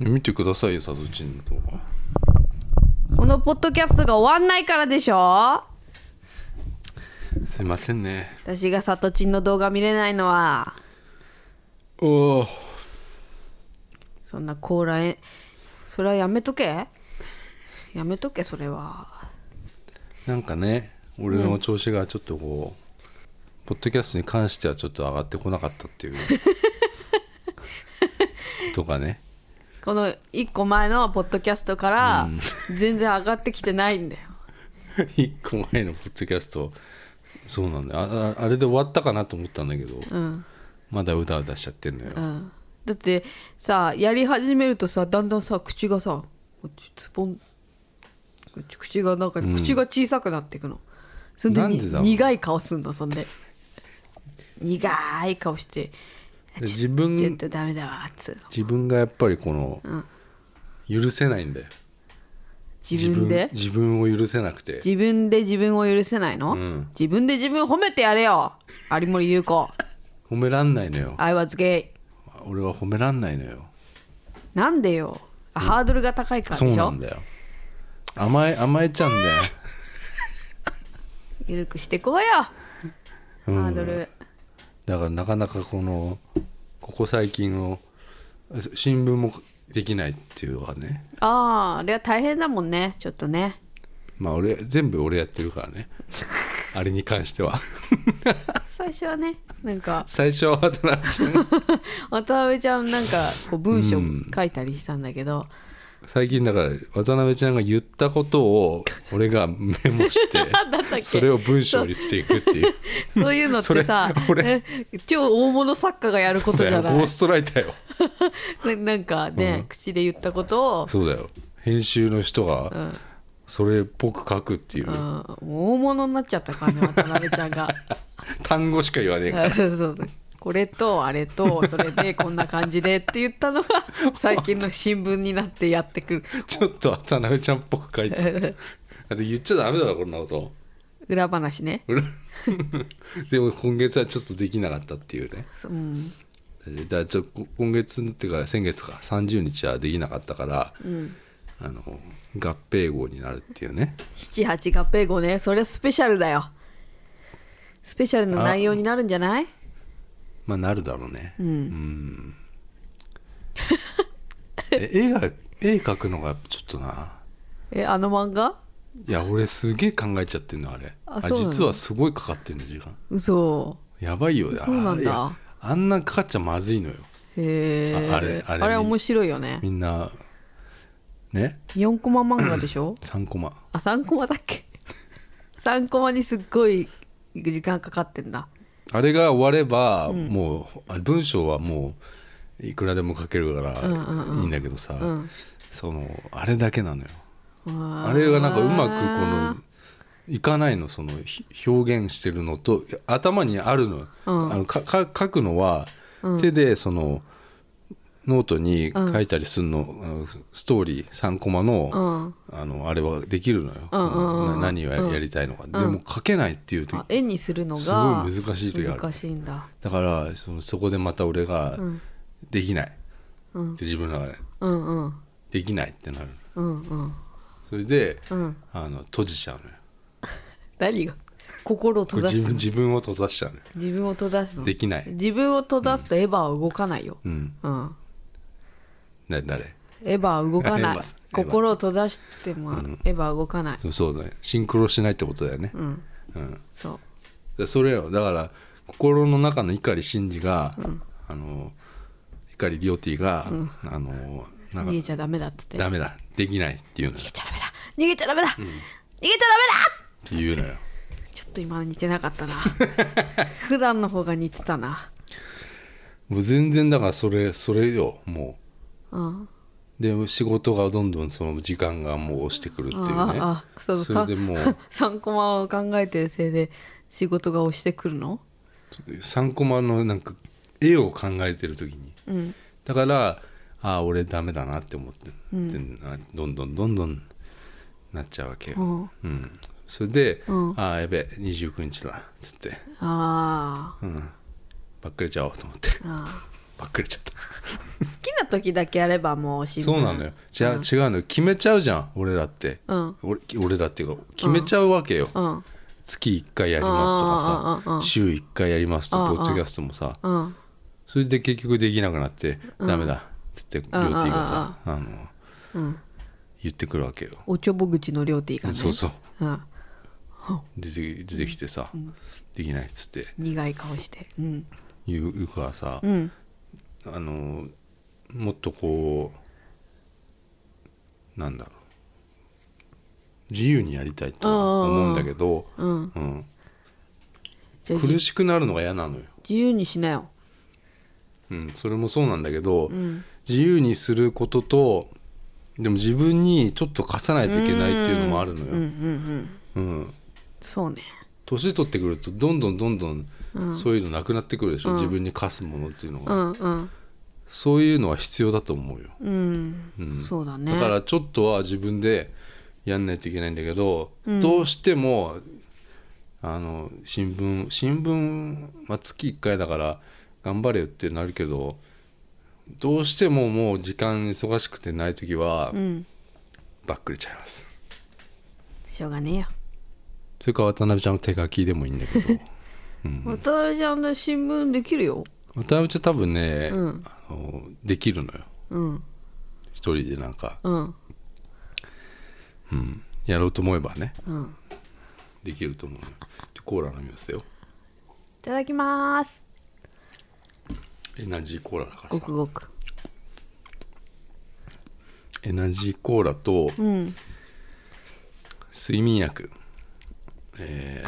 見てくださいよさずちんの動画このポッドキャストが終わんないからでしょすいませんね私がさとちんの動画見れないのはおおそんな高麗えそれはやめとけやめとけそれはなんかね俺の調子がちょっとこう、ポッドキャストに関してはちょっと上がってこなかった っていうとかねこの1個前のポッドキャストから全然上がってきてないんだよ一個前のポッドキャストそうなんだよあああれで終わったかなと思ったんだけど、うんまだうだうだしちゃってんのよ、うんだってさやり始めるとさだんだんさ口がさこっちつぼんこっち口がなんか口が小さくなっていくの、そんでなんにでだろう苦い顔すんのそんで苦い顔してで自分ちょっとダメだわっつうの自分がやっぱりこの、許せないんだよ自分で自分自分を許せなくて自分で自分を許せないの、ん自分で自分を褒めてやれよ有森裕子褒めらんないのよ I was gay 俺は褒めらんないのよなんでよあハードルが高いからそでうしなょんだよ甘え甘えちゃうんだよゆるくしてこうよ、ハードルだからなかなかこのここ最近の新聞もできないっていうのがねあああれは大変だもんねちょっとねまあ俺全部俺やってるからねあれに関して は最初はねなんか最初は渡辺ちゃん渡辺ちゃんなんかこう文章書いたりしたんだけど、最近だから渡辺ちゃんが言ったことを俺がメモして だったっけそれを文章にしていくっていうそういうのってさ それえ超大物作家がやることじゃな ゴいーストライターよななんかね、うん口で言ったことを、そうだよ編集の人うがん、それっぽく書くっていう、うんもう大物になっちゃったからね渡辺ちゃん が単語しか言わねえからあそうそうそうこれとあれとそれでこんな感じでって言ったのが最近の新聞になってやってくるちょっと渡辺ちゃんっぽく書いてただ って言っちゃダメだろこんなこと 裏話ね、俺でも今月はちょっとできなかったっていうねそううんだからちょっと今月っていうか先月か30日はできなかったから、あの合併号になるっていうね七八合併後ねそれスペシャルだよスペシャルの内容になるんじゃないまあなるだろうねうんえ絵が絵描くのがちょっとなえあの漫画いや俺すげえ考えちゃってんのあれああそうなの実はすごいかかってんの時間嘘やばいよそうなあんだいやあんなかかっちゃまずいのよへえああれあれ面白いよねみんなね4コマ漫画でしょ3コマ あ三3コマだっけ 3コマにすっごい時間かかってんだあれが終われば、もうあ文章はもういくらでも書けるからうんうんうんいいんだけどさ、うんそのあれだけなのよああれがなんかうまくこのいかないのそのひ表現してるのといや頭にあるの,、うんあのかか書くのは、手でそのノートに書いたりするの,、ストーリー3コマの、うんあのあれはできるのよ、うんうんうんな何をややりたいのか、でも書けないっていう時あ絵にするのがすごい難しい時ある難しいんだだからそのそこでまた俺がんできない、うんって自分の中でうんうんできないってなるうんうんそれで、うんあの閉じちゃうのよ何が心をこう閉ざす自の分自分を閉ざしちゃうのよ自分を閉ざすのできない自分を閉ざすとエヴァは動かないようんうんな誰エヴァは動かなエヴァエいヴァ心を閉ざしてもエヴァは動かないそうそうだねシンクロしないってことだよねうんうんそうでそれよだから心の中の碇シンジが、あの碇リオティが、あのなん逃げかちゃダメだっつって逃ダメだできないっていうのよげちゃダメだ逃げちゃダメだ逃げちゃっていうのよダメだちょっと今の似てなかった な普段の方が似てたなもう全然だからそれそれよもうんうで仕事がどんどんその時間がもう押してくるっていうねあああそのそれでもう 3コマを考えてるせいで仕事が押してくるの3コマのなんか絵を考えてる時にうんだからああ俺ダメだなって思って、でなどんどんどんどんなっちゃうわけよ、うんあうんそれで「うんああやべえ29日だ」っつってあ「ばっくれちゃおう」と思ってああばっかりちゃったきな時だけやればもう新聞そうなのよじゃ、違うのよ決めちゃうじゃん俺らって、うん俺俺らっていうか決めちゃうわけよ、うん月1回やりますとかうんうんうんうさん週1回やりますとうんかうんポッドキャストもさうんそれで結局できなくなって「ダメだ」っつって両手がさあのうん言ってくるわけよおちょぼ口の両手がねそうそううん、出て出てきてさできないっつって苦い顔してうん言うからさうんあのもっとこうなんだろう自由にやりたいとは思うんだけどうんうんじゃあ苦しくなるのが嫌なのよ自由にしなようん、それもそうなんだけど、ん自由にすることとでも自分にちょっと課さないといけないっていうのもあるのうんうんうよ。んうんそうね年取ってくるとどんどんどんどんうんそういうのなくなってくるでしょ、うん自分に課すものっていうのうが、んうんそういうのは必要だと思うよ、うん、うんそうだねだからちょっとは自分でやんないといけないんだけど、うんどうしてもあの新聞新聞は月1回だから頑張れよってなるけどどうしてももう時間忙しくてない時はうんばっくれちゃいます、しょうがねえよそれか渡辺ちゃんの手書きでもいいんだけ ど渡辺ちゃんの新聞できるよ渡辺ちゃん多分ね、うんあのできるのようん一人でなんかうんやろうと思えばねうんできると思うのよちょコーラ飲みますよいただきますエナジーコーラだからごさくごくエナジーコーラとうん睡眠薬、え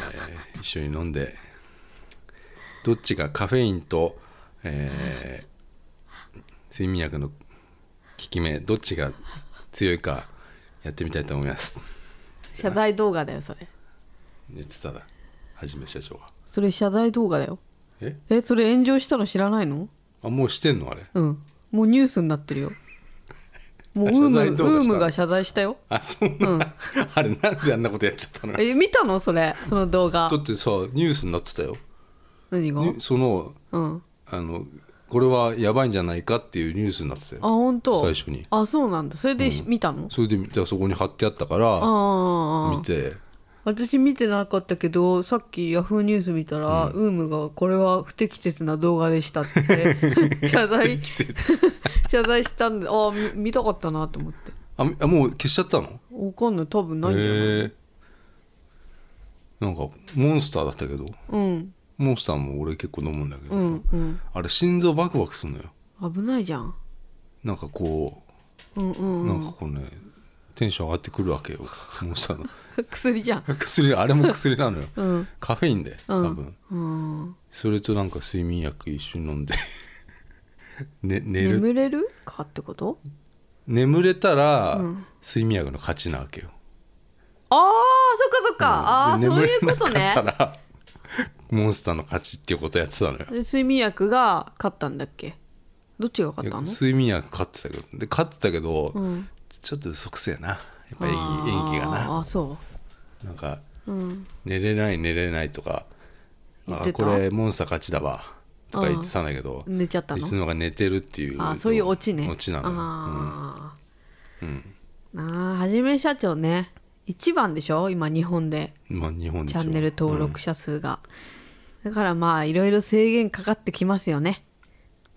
ー一緒に飲んでどっちがカフェインと、えー睡眠薬の効き目どっちが強いかやってみたいと思います謝罪動画だよそれ言ってたらはじめ社長がそれ謝罪動画だよええそれ炎上したの知らないのあもうしてんのあれうんもうニュースになってるよもうウ謝ーム罪動画したウームが謝罪したよあそんな、 あれなんであんなことやっちゃったのだえ見たのそれその動画ってさニュースになってたよ何がにそのうんあのこれはやばいんじゃないかっていうニュースになってたよあ本当最初にあそうなんだそれでし、見たのそれでじゃあそこに貼ってあったからああ見て私見てなかったけどさっきヤフーニュース見たら、ウームが「これは不適切な動画でした」って 謝罪 謝罪したんでああみ見たかったなと思ってあみあもう消しちゃったのわかんない多分ないんだよへえなんかモンスターだったけどうんモンスターも俺結構飲むんだけどうさ、んうんあれ心臓バクバクするのよ危ないじゃんなんかこうんうう、んうなんんかこうねテンション上がってくるわけよモンスターの 薬じゃん薬あれも薬なのよ、うんカフェインで多分、うんそれとなんか睡眠薬一緒に飲んで ね寝る眠れるかってこと眠れたら、うん睡眠薬の勝ちなわけよああそっかそっか、ああでそうい眠れうこなかとっねたらモンスターの勝ちっていうことやってたのよで睡眠薬が勝ったんだっけどっちが勝ったの睡眠薬勝ってたけどで勝ってたけど、うんちょっと嘘くせえなやっぱ演あ技ー演技がなあーそなんかううん寝れない寝れないとか言っあてたこれモンスター勝ちだわとか言ってたんだけど寝ちゃったいのつのが寝てるっていうあーそういうオチねオチなのよあー、なあはじめ社長ね一番でしょ今日本でうんまあ日本でしチょャンネル登録者数が、だからまあいろいろ制限かかってきますよね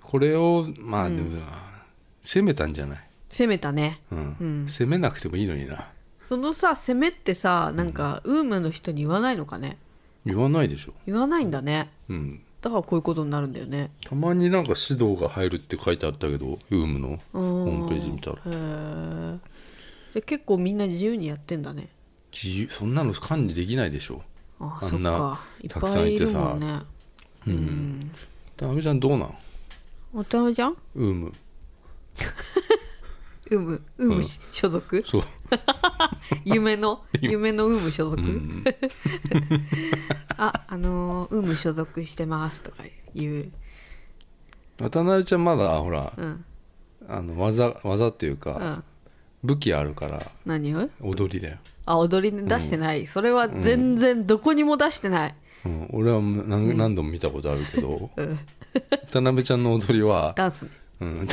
これをまあでも、攻めたんじゃない、攻めたねうんうん攻めなくてもいいのになそのさ攻めってさなんか、ウームの人に言わないのかね言わないでしょ、言わないんだねうん、だからこういうことになるんだよねたまになんか指導が入るって書いてあったけどウームのホホームページ見たらへーじゃあ結構みんな自由にやってんだね自由そんなの管理できないでしょああそっんなかいったくさぱんいいいてるさもんねうんダメちゃんどうなん渡辺ちゃんウームウームウームし 所属そう夢 の夢のウーム所属、ん ああのーウーム所属してますとか言う渡辺ちゃんまだほらうんあの技技っていううかん武器あるから何を踊りだよあ踊り出してない、それは全然どこにも出してない、ううん、俺は何,、何度も見たことあるけど、 うん田辺ちゃんの踊り は、ダンスね うん、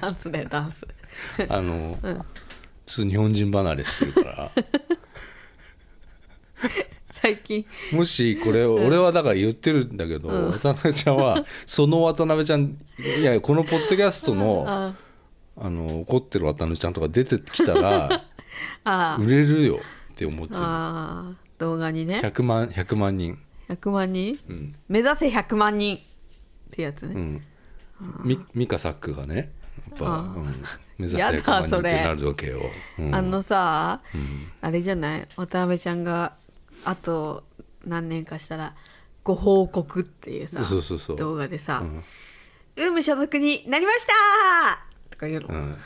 ダンスねダンスあの、ちょっと日本人離れしてる から最近もしこれを俺はだから言ってるんだけど、渡辺ちゃんはその渡辺ちゃんいやこのポッドキャストのああの怒ってる渡辺ちゃんとか出てきた らあ売れるよって思ってるああ動画にね100万100万人、 100万人うん目指せ100万人ってやつうね、ん、みミカサックがねやっぱ、あうん、目指せやだ100万人っそれてなるわけよ、うんあのさ、あれじゃない渡辺ちゃんがあと何年かしたら「ご報告」っていうさそうそうそう動画でさうん「ウーム所属になりました!」とか言うの、うん、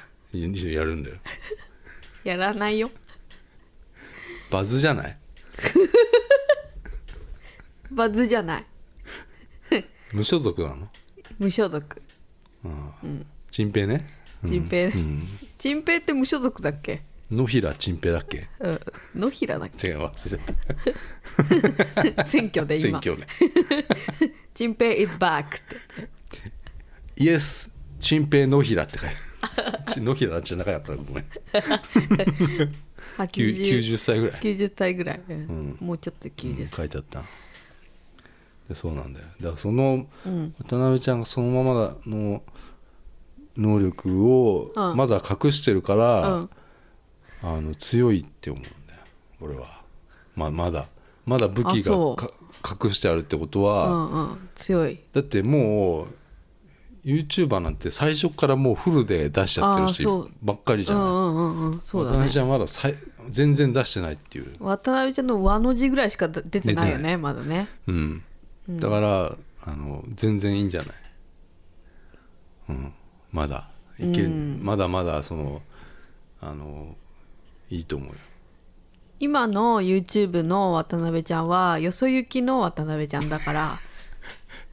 ややるんだよやらないよバズじゃないバズじゃない無所属なの無所属チンペイねチンペイうんチンペイって無所属だっけ、野平チンペイだっけうん、野 平だっ違う忘れちゃっけ選挙でた選今挙ねチンペイ is back ってイエスチンペイ野平って書いてある ち野平じゃなかったらごめんきゅう 80, 90歳ぐらい、 90歳ぐらい、うんんもうちょっとう90ん歳、書いてあったでそうなんだよだからそのうん渡辺ちゃんがそのままの能力をうんまだ隠してるから、うんあの強いって思うんだよ俺は、まあ、まだまだ武器あそがうか隠してあるってことうは、んうん、強いだってもう YouTuber なんて最初からもうフルで出しちゃってるあしそうばっかりじゃない、うんうんうんうんそう渡だね辺ちゃんまださい全然出してないっていう、渡辺ちゃんの和の字ぐらいしか出てないよ出てなねまだねうん、だからあの全然いいんじゃない、うん、まだいける、うんまだまだそのあのいいと思うよ今の YouTube の渡辺ちゃんはよそ行きの渡辺ちゃんだから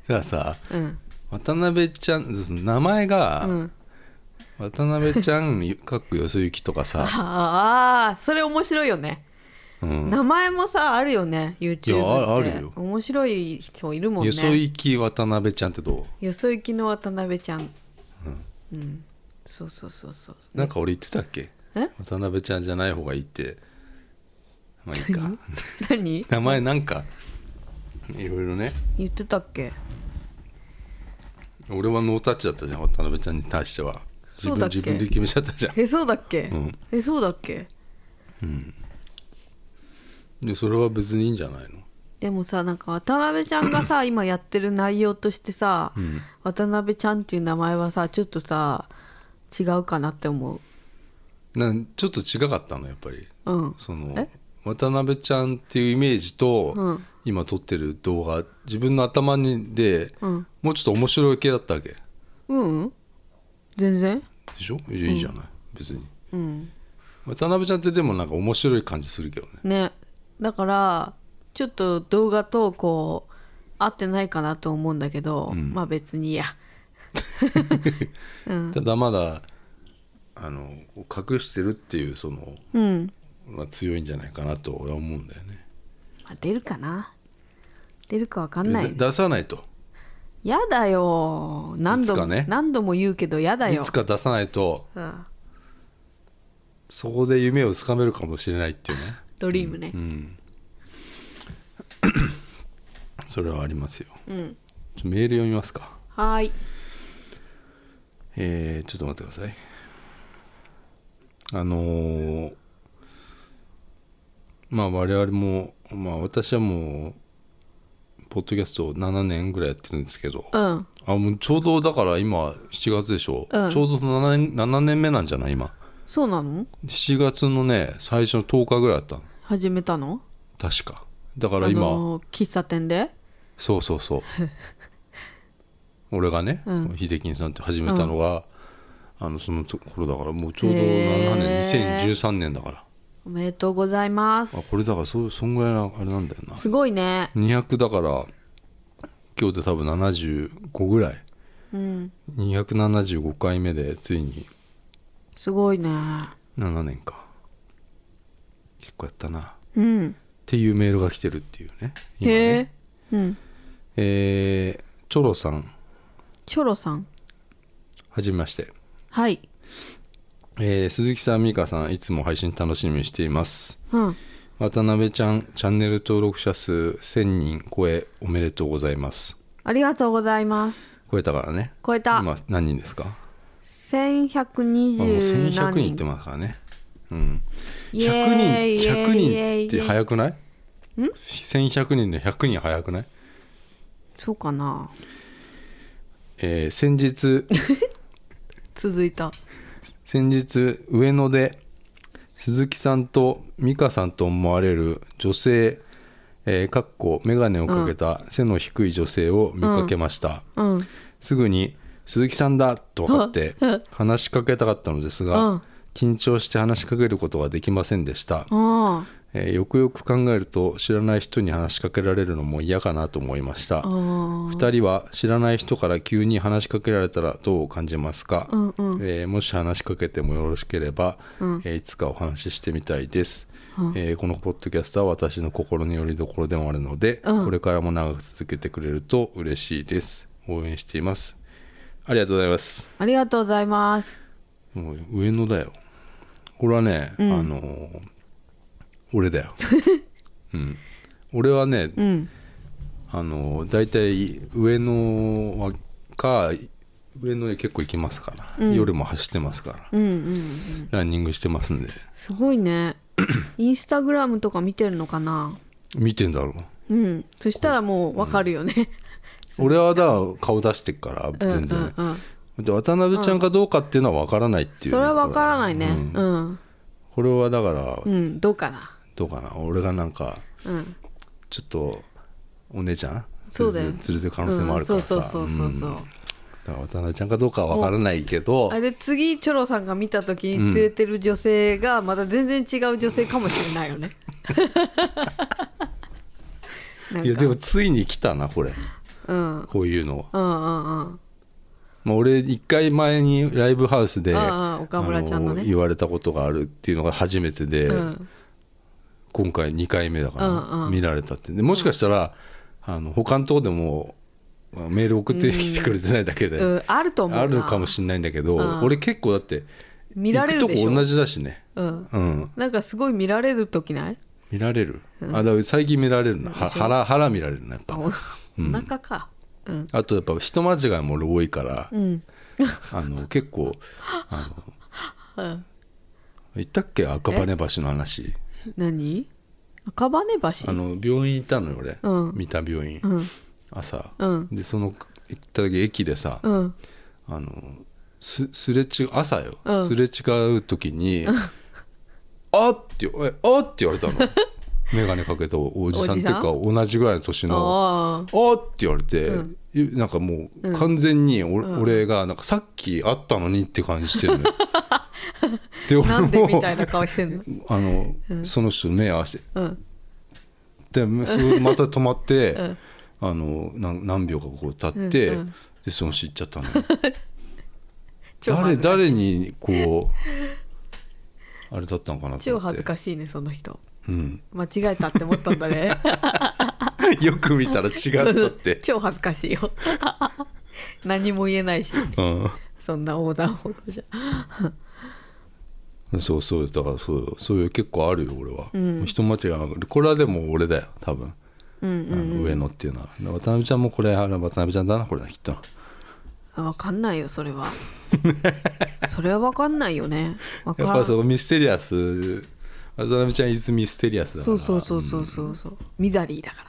たださうん渡辺ちゃんその名前が、うん渡辺ちゃん かっこよそ行きとかさ、ああそれ面白いよねうん、名前もさあるよね YouTube っていやああるよ面白い人いるもんねよそ行き渡辺ちゃんってどうよそ行きの渡辺ちゃんうん、そうそうそうそうなんか俺言ってたっけえ渡辺ちゃんじゃない方がいいってまあいいか何名前なんかいろいろね言ってたっけ俺はノータッチだったじゃん渡辺ちゃんに対しては自そう分だっけ自分で決めちゃったじゃんえそうだっけ、うんえそうだっけでそれは別にいいんじゃないのでもさなんか渡辺ちゃん がさ今やってる内容としてさ、渡辺ちゃんっていう名前はさちょっとさ違うかなって思うなんちょっと違かったのやっぱりうんそえの渡辺ちゃんっていうイメージと、うん今撮ってる動画自分の頭にで、うんもうちょっと面白い系だったわけでうんうん全然しょいやいいじゃない、別にうん渡辺ちゃんってでもなんか面白い感じするけどねねだからちょっと動画とこう合ってないかなと思うんだけど、んまあ別にいいやただまだあの隠してるっていうその、うん、まあ、強いんじゃないかなと俺は思うんだよねまあ、出るかな出るかわかんないで出さないとやだよ何度いつも、かね何度も言うけどやだいよつか出さないとうんそこで夢をつかめるかもしれないっていう ねドリームね、うんそれはありますようん、ちょメール読みますかはーいえーちょっと待ってくださいあのーまあ我々もまあ私はもうポッドキャストを7年ぐらいやってるんですけど、うんあもうちょうどだから今7月でしょ、うんちょうど7年 ,7 年目なんじゃない今そうなの7月のね最初の10日ぐらいだったの始めたの確かだから今、あのー喫茶店でそうそうそう俺がね、うん秀樹さんって始めたのが、あのその頃だからもうちょうどへ7ー年2013年だからおめでとうございまあすこれだからそそんぐらいのあれなんだよなすごいね200だから今日で多分75ぐらいうん275回目でついにすごいね7年か結構やったなっうんていうメールが来てるっていうね今へねえうんえーチョロさんチョロさんはじめまして、はいえー鈴木さん美香さんいつも配信楽しみにしていますうん渡辺ちゃんチャンネル登録者数1000人超えおめでとうございますありがとうございます超えたからね超えた今何人ですかまあもう1120 1100何人ってますからねうんイエー100イ人100イエーイイエーイ人って早くない1100人で100人早くないそうかなえー先日続いた先日上野で鈴木さんと美香さんと思われる女性えーかっこ眼鏡をかけた背の低い女性を見かけました、うんすぐに「鈴木さんだ!」と分かって話しかけたかったのですが、うん緊張して話しかけることができませんでした、あえーよくよく考えると知らない人に話しかけられるのも嫌かなと思いましたあうん2人は知らない人から急に話しかけられたらどう感じますか、うんうんえーもし話しかけてもよろしければ、えーいつかお話ししてみたいです、えーこのポッドキャストは私の心の拠り所でもあるので、うんこれからも長く続けてくれると嬉しいです応援していますありがとうございますありがとうございますもう上野だよこれはね、あのー俺 だよ、うん、俺はね、うんあの大体上野はか上野へ結構行きますから、夜も走ってますからうんうんランニングしてますんですごいねインスタグラムとか見てるのかな見てんだろうんそしたらもうわかるよねう俺はだから顔出してっからうん全然、うんうんで渡辺ちゃんかどうかっていうのは分からないっていうね、それはわからないねううんんこれはだからうんどうかなどうかな俺がなんかうんちょっとお姉ちゃんそうだよ連れて連れてる可能性もあるからさ、うんそうそうそうそうそううんだから渡辺ちゃんかどうかは分からないけどあれで次チョロさんが見た時に連れてる女性がまた全然違う女性かもしれない よね。なんかいやでもついに来たなこれうんうんこういうのはうんうんまあ、俺一回前にライブハウスでああ岡村ちゃんのねあ言われたことがあるっていうのが初めてで、うん今回2回目だから、うんうん見られたってでもしかしたら、あの他のとこでもまあメール送ってきてくれてないだけで、うんあると思うなあるかもしれないんだけど、ん俺結構だって見られるでし行くとこょ同じだしね、うんうん、なんかすごい見られる時ない見られる、あだから最近見られるなは腹腹見られるなやっあぱおお腹かうんあとやっぱ人間違いも俺多いから、うんあの結構あのうん言ったっけ赤羽橋の話。何赤羽橋あの病院行ったのよ俺、うん見た病院、うん朝、うんでその行った時駅でさ、うんあのすすれ違う朝よ、うんすれ違う時に「あっ!」ってえあっ!」って言われた の眼鏡かけたおじさんっておいじうさかん同じぐらいの年の「あああっ!」って言われて、いなんかもう完全に俺,、俺がなんかさっき会ったのにって感じしてるの よで 俺なんでみもたいな顔してん のあの、その人と目合わせてうんでそれまた止まって、んあのなん何秒かこう経って、うんうんでその人行っちゃったのよ 超恥誰ずか誰にこうあれだったのかなと思って超恥ずかしいねその人うん、 間違えたって思ったんだねよく見たら違った って、超恥ずかしいよ何も言えないしうそんな横断歩道じゃん、そうそうだからそうよそういう結構あるよ俺は、人間違いはこれはでも俺だよ多分、うんあの上野っていうのはだから渡辺ちゃんもこれあれ渡辺ちゃんだなこれはきっとあ分かんないよ それはそれは分かんないよね分かやっらぱんりそのミステリアス渡辺ちゃんいつミステリアスだかそらうそうそうそうそうそうミダリーだか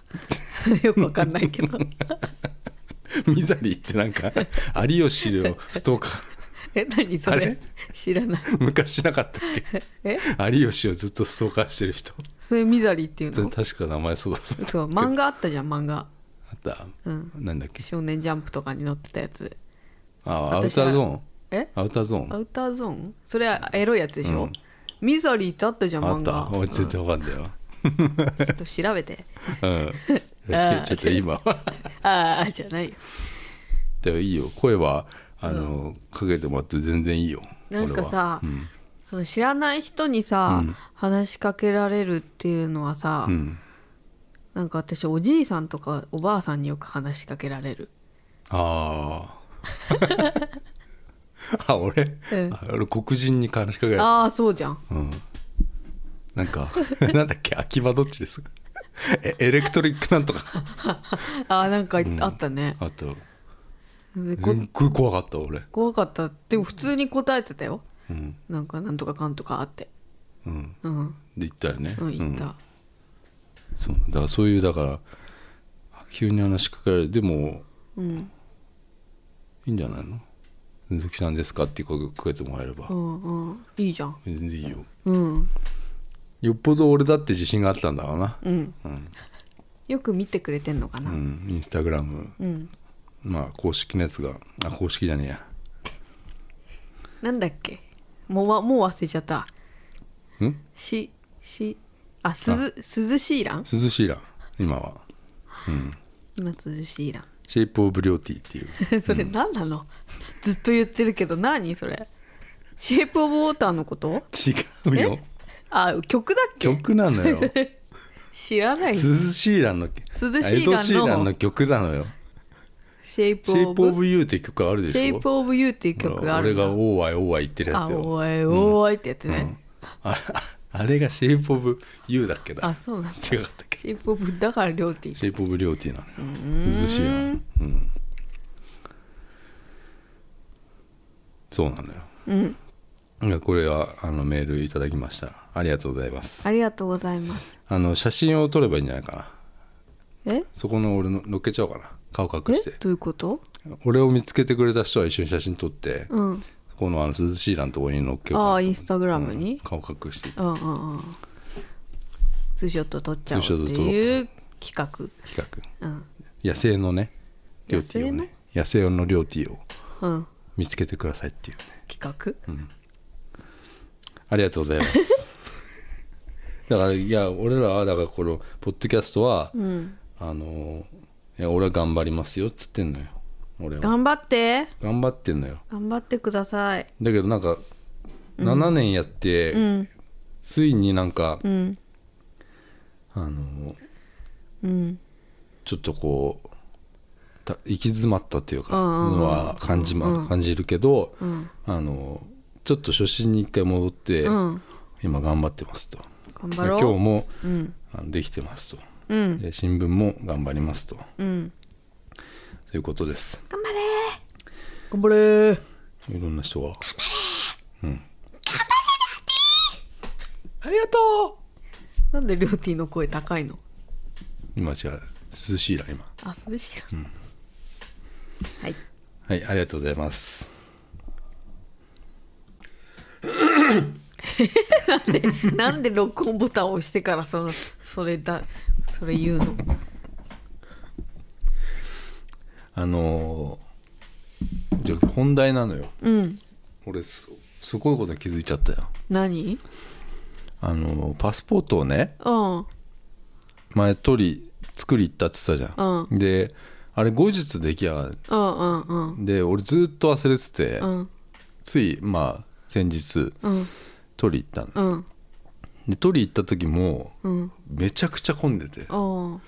ら よく分かんな いけど ミザリーってなんか 有吉のストーカー え何それあれ知らない昔なかったっ えけ有吉をずっとストーカーしてる人それミダリーっていうの確か名前そうだったそう漫画あったじゃん漫画あった、うんなんだっけ少年ジャンプとかに載ってたやつあアウ私タはーゾーンえアウターゾーアンウターゾーンそれはエロいやつでしょ、うんミザリーってあったじゃんあ漫っ画た俺全然わかんないよ、うんちょっと調べてうん、あー ちょっと今はああじゃないよでもいいよ声はあの、かけてもらって全然いいよなんかさ、俺はその知らない人にさ、うん話しかけられるっていうのはさ、うん、うんなんか私おじいさんとかおばあさんによく話しかけられるあ ーあ俺、うんあ俺黒人に話しかけられたああそうじゃんうん、なんか なんだっけ秋葉どっちですかえエレクトリックなんとかあーなんかいうんあったね、あとですこっごい怖かった俺怖かったでも普通に答えてたようんなんかなんとかかんとかあってうんうんで行ったよねうん言った、そうだからそういうだから急に話しかけられるでもうんいいんじゃないの鈴木さんですかって声かけてもらえればう、んうんいいじゃん全然いいようんよっぽど俺だって自信があったんだろうなうんうん、よく見てくれてんのかうな、うんん、インスタグラムまあ公式のやつがあ公式じゃねえやなんだっけもうわもう忘れちゃったうんししあすず涼しいラン涼しいら今は今涼しいラシェイプ・オブ・リョーティーっていうン それ何なの、ずっと言ってるけど何それシェイプ・オブ・ウォーターのこと違うよあ曲だっけ曲なのよ 知らない涼しいらんの涼しいらんのエドシーランの曲なのよシェイ「プシェオイプ・オブブ・ユー」って曲あるでしょシェイプオブユーっていう曲があるん俺だが「おーわいおーわい」言ってるやあつよおいおいってやつうねん、ああれが「シェイプ・オブ・ユー」だっけだあそうなんだ違かったっけシェイプオブだから両手シェイプ・オブ・リョーティーなのよ涼しいらんうんそうなのようんいやこれはあのメールいただきましたありがとうございますありがとうございますあの写真を撮ればいいんじゃないかなえそこの俺の乗っけちゃおうかな顔隠しえてどういうこと俺を見つけてくれた人は一緒に写真撮って、うんこのあの涼しい欄のところに乗っけようかなあとあインスタグラムに顔隠してうんうんうんツーショット撮っちゃおうっツーショッてト撮ろういう企企画うん画野生のねリョーティーをね野生のリョーティーをうん見つけてくださいっていうね企画ありがとうござい ますだからいや俺らはだからこのポッドキャストは、うんあのいや俺は頑張りますよっつってんのよ俺は頑張って頑張ってんのよ頑張ってくださいだけどなんか7年やって、うんついになんか、うんあのうんちょっとこうた行き詰まったというかうんうんうんのは感じ,、ま感じるけど、うんあのちょっと初心に一回戻って、うん今頑張ってますと頑で張今日ろうもうんあのできてますと、うんで新聞も頑張りますとうんということです頑張れ頑張れいろんな人が「頑張れ!」うん「頑張れラティありがとなんで両手の声高いのう今違う涼しいな今あ涼しいな、はい はいありがとうございますなんで録音ボタンを押してからそのそれだそれ言うのあのーじゃあ本題なのようん俺すすごいことに気づいちゃったよ何あのパスポートをねうん前取り作り行ったって言ってたじゃん、うであれ後日出来上がるうんうんうんで俺ずっと忘れてて、うんついまあ先日うん取り行ったの、うんで取り行った時もうんめちゃくちゃ混んでてうん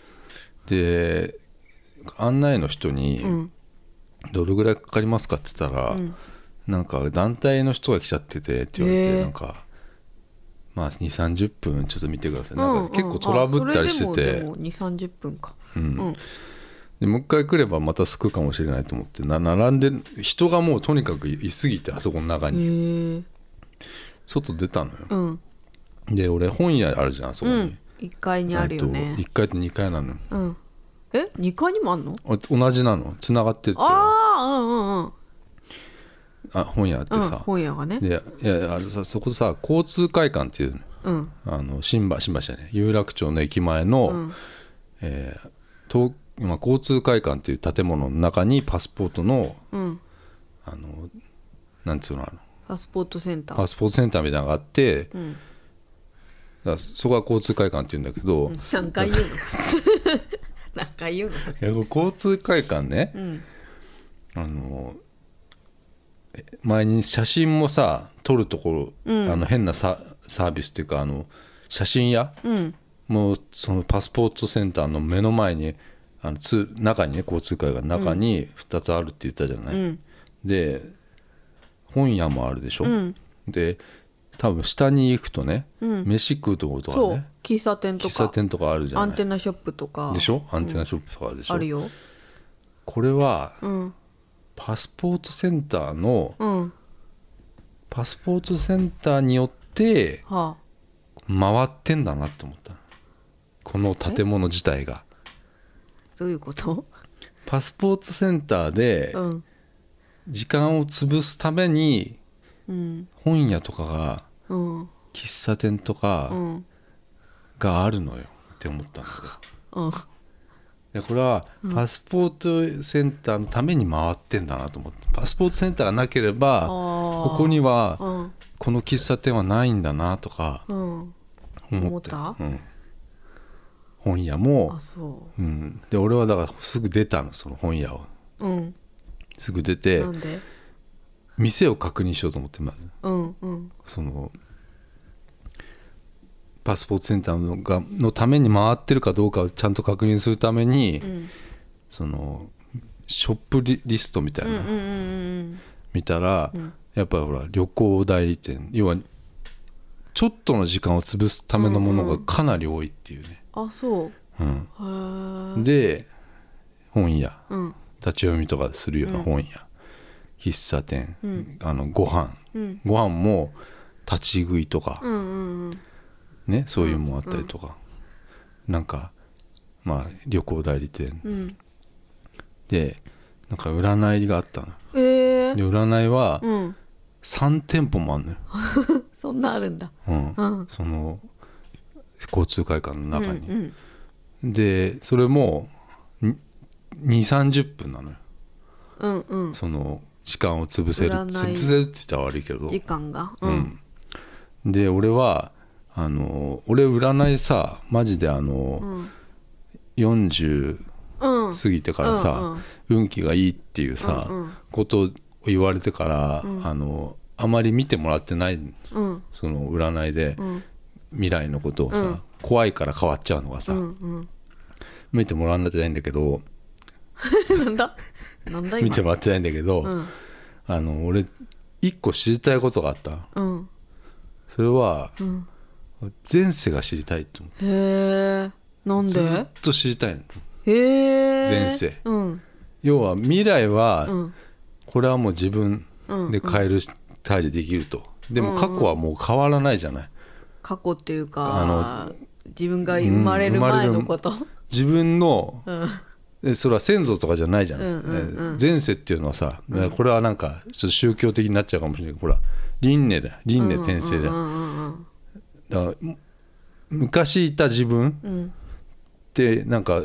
で案内の人にうん「どれぐらいかかりますか?」って言ったら、うんなんか団体の人が来ちゃっててって言われて、へえなんかまあ2 3 0分ちょっと見てください、うなんんか結構トラブったりしてあそれでても2三3 0分かうんうんでもう一回来ればまた救うかもしれないと思ってな並んでる人がもうとにかくいすぎてあそこの中に、へえ外出たのようんで俺本屋あるじゃんあそこうに、ん1階にあるよね1階と2階なのようんえ二2階にもあんのあ同じなのつながっててあああうんうんうん本屋あってうんさ、本屋がねでいやあれさそこさ交通会館っていうのうんあの新橋新橋じゃね有楽町の駅前の、うんえー東まあ、交通会館っていう建物の中にパスポートのうんあのなんつうのあのパスポートセンターパスポートセンターみたいなのがあってうんだからそこは交通会館っていうんだけど、い何回言うの 何回言うのそれやこれ交通会館ねうんあのえ前に写真もさ撮るところ、うんあの変なササービスっていうかあの写真屋うんもうそのパスポートセンターの目の前にあのつ中にね交通会が中に2つあるって言ったじゃない、うんで本屋もあるでしょ、うんで多分下に行くとね、うん飯食うとことそかうね喫茶店喫とか茶店とかあるじゃアンなテいナショップとかでしょアンテナショップとかあるでしょ、あるよこれはうんパスポートセンターのうんパスポートセンターによってはあ回ってんだなって思ったこの建物自体がどういうことパスポートセンターでうん時間を潰すためにうん本屋とかがうん喫茶店とうかんがあるのよって思ったんだけどうんでこれはパスポートセンターのために回ってんだなと思ってパスポートセンターがなければあーここにうはんこの喫茶店はないんだなとかうん思って思ったうん、本屋あも、そうん、で俺はだからすぐ出たのその本屋をううんすぐ出てなんで店を確認しようと思ってまずうんうんそのパスポートセンターのがのために回ってるかどうかをちゃんと確認するために、うんそのショップリリストみたいうんな、うんうん見たら、うんやっぱりほら旅行代理店要はちょっとの時間を潰すためのものがかなり多いっていうね、あそうへうんえで本屋うん立ち読みとかするようなうん本屋、喫茶店、うんあのご飯うんご飯も立ち食いとかう、んうんうんねそういうのもあったりとか、なんかまあ旅行代理店うんでなんか占いがあったのええで占いはうん3店舗もあるのよ、そんなあるんだうんうんその交通会館の中に、うんでそれも2 3 0分なのようんうんうんその時間を潰せる占潰いせるって言ったら悪いけど時間がうん、で俺はあの俺占いさマジであうの、ん40うん過ぎてからさ、運気がいいっていうさ、うんうんことを言われてから、あのあまり見てもらってないうんその占いで、うん未来のことをさ、うん怖いから変わっちゃうのがさ、うんうん 見てもらわれてないんだけどなんだなんだ今見てもらってないんだけど、うんあの俺一個知りたいことがあったうんそれはうん前世が知りたいと思ってへえなんでずっと知りたいのへえ前世うん要は未来うはんこれはもう自分うんで変えるたりできるとでも過去はもう変わらないじゃない過去っていうあか自分が生まれる前の こと自分のうんえそれは先祖とかじゃないじゃない、うんうんうえん前世っていうのはさ、えこれはなんかちょっと宗教的になっちゃうかもしれないけどほら輪廻だ輪廻転生だ,、うんうんだからむ昔いた自分うんうんってなんか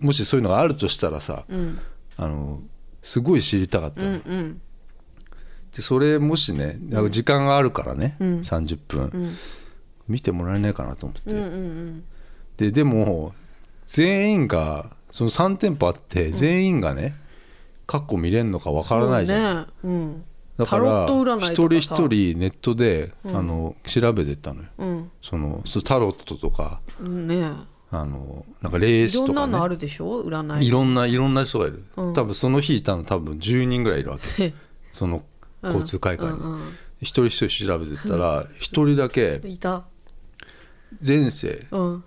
もしそういうのがあるとしたらさうんあのすごい知りたかったうの、んうんでそれもしねなんか時間があるからね、うん30分、うん見てもらえないかなと思って、うんうんででも全員がその3店舗あって全員がね、過去見れるのかわからないじゃん、んうんだかタロらット占いとかさ一人一人ネットで、あの調べてったのようんそのそうタロットとかうんねあのなんか霊いろ視んとなか、のあね、るでしょ占いいろんないろんな人がいる、うん多分その日いたの多分10人ぐらいいるわけその交通会館に、 うんうん一人一人調べてったら一人だけうんいた前世うん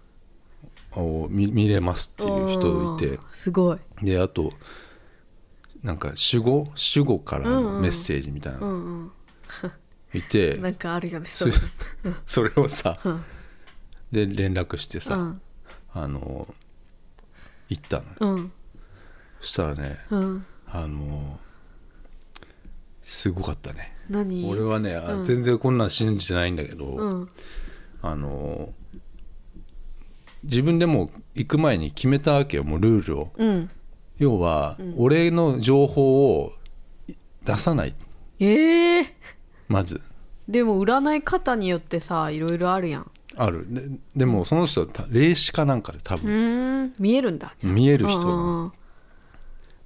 を見見れますっていう人いてうんすごいであとなんか主語主語からのメッセージみたいなうのんいて、うんなんかあるよねそそう それをさ、うんで連絡してさ、うんあの行ったのようんそしたらねうんあのすごかったね何俺はね、あうん全然こんなん信じてないんだけど、うんあの自分でもう行く前に決めたわけよもうルールをうん要は、俺の情報を出さないええまずでも占い方によってさいろいろあるやんあるででもその人はた霊視かなんかで多う分、ーん見えるんだじゃあ見える人なのうん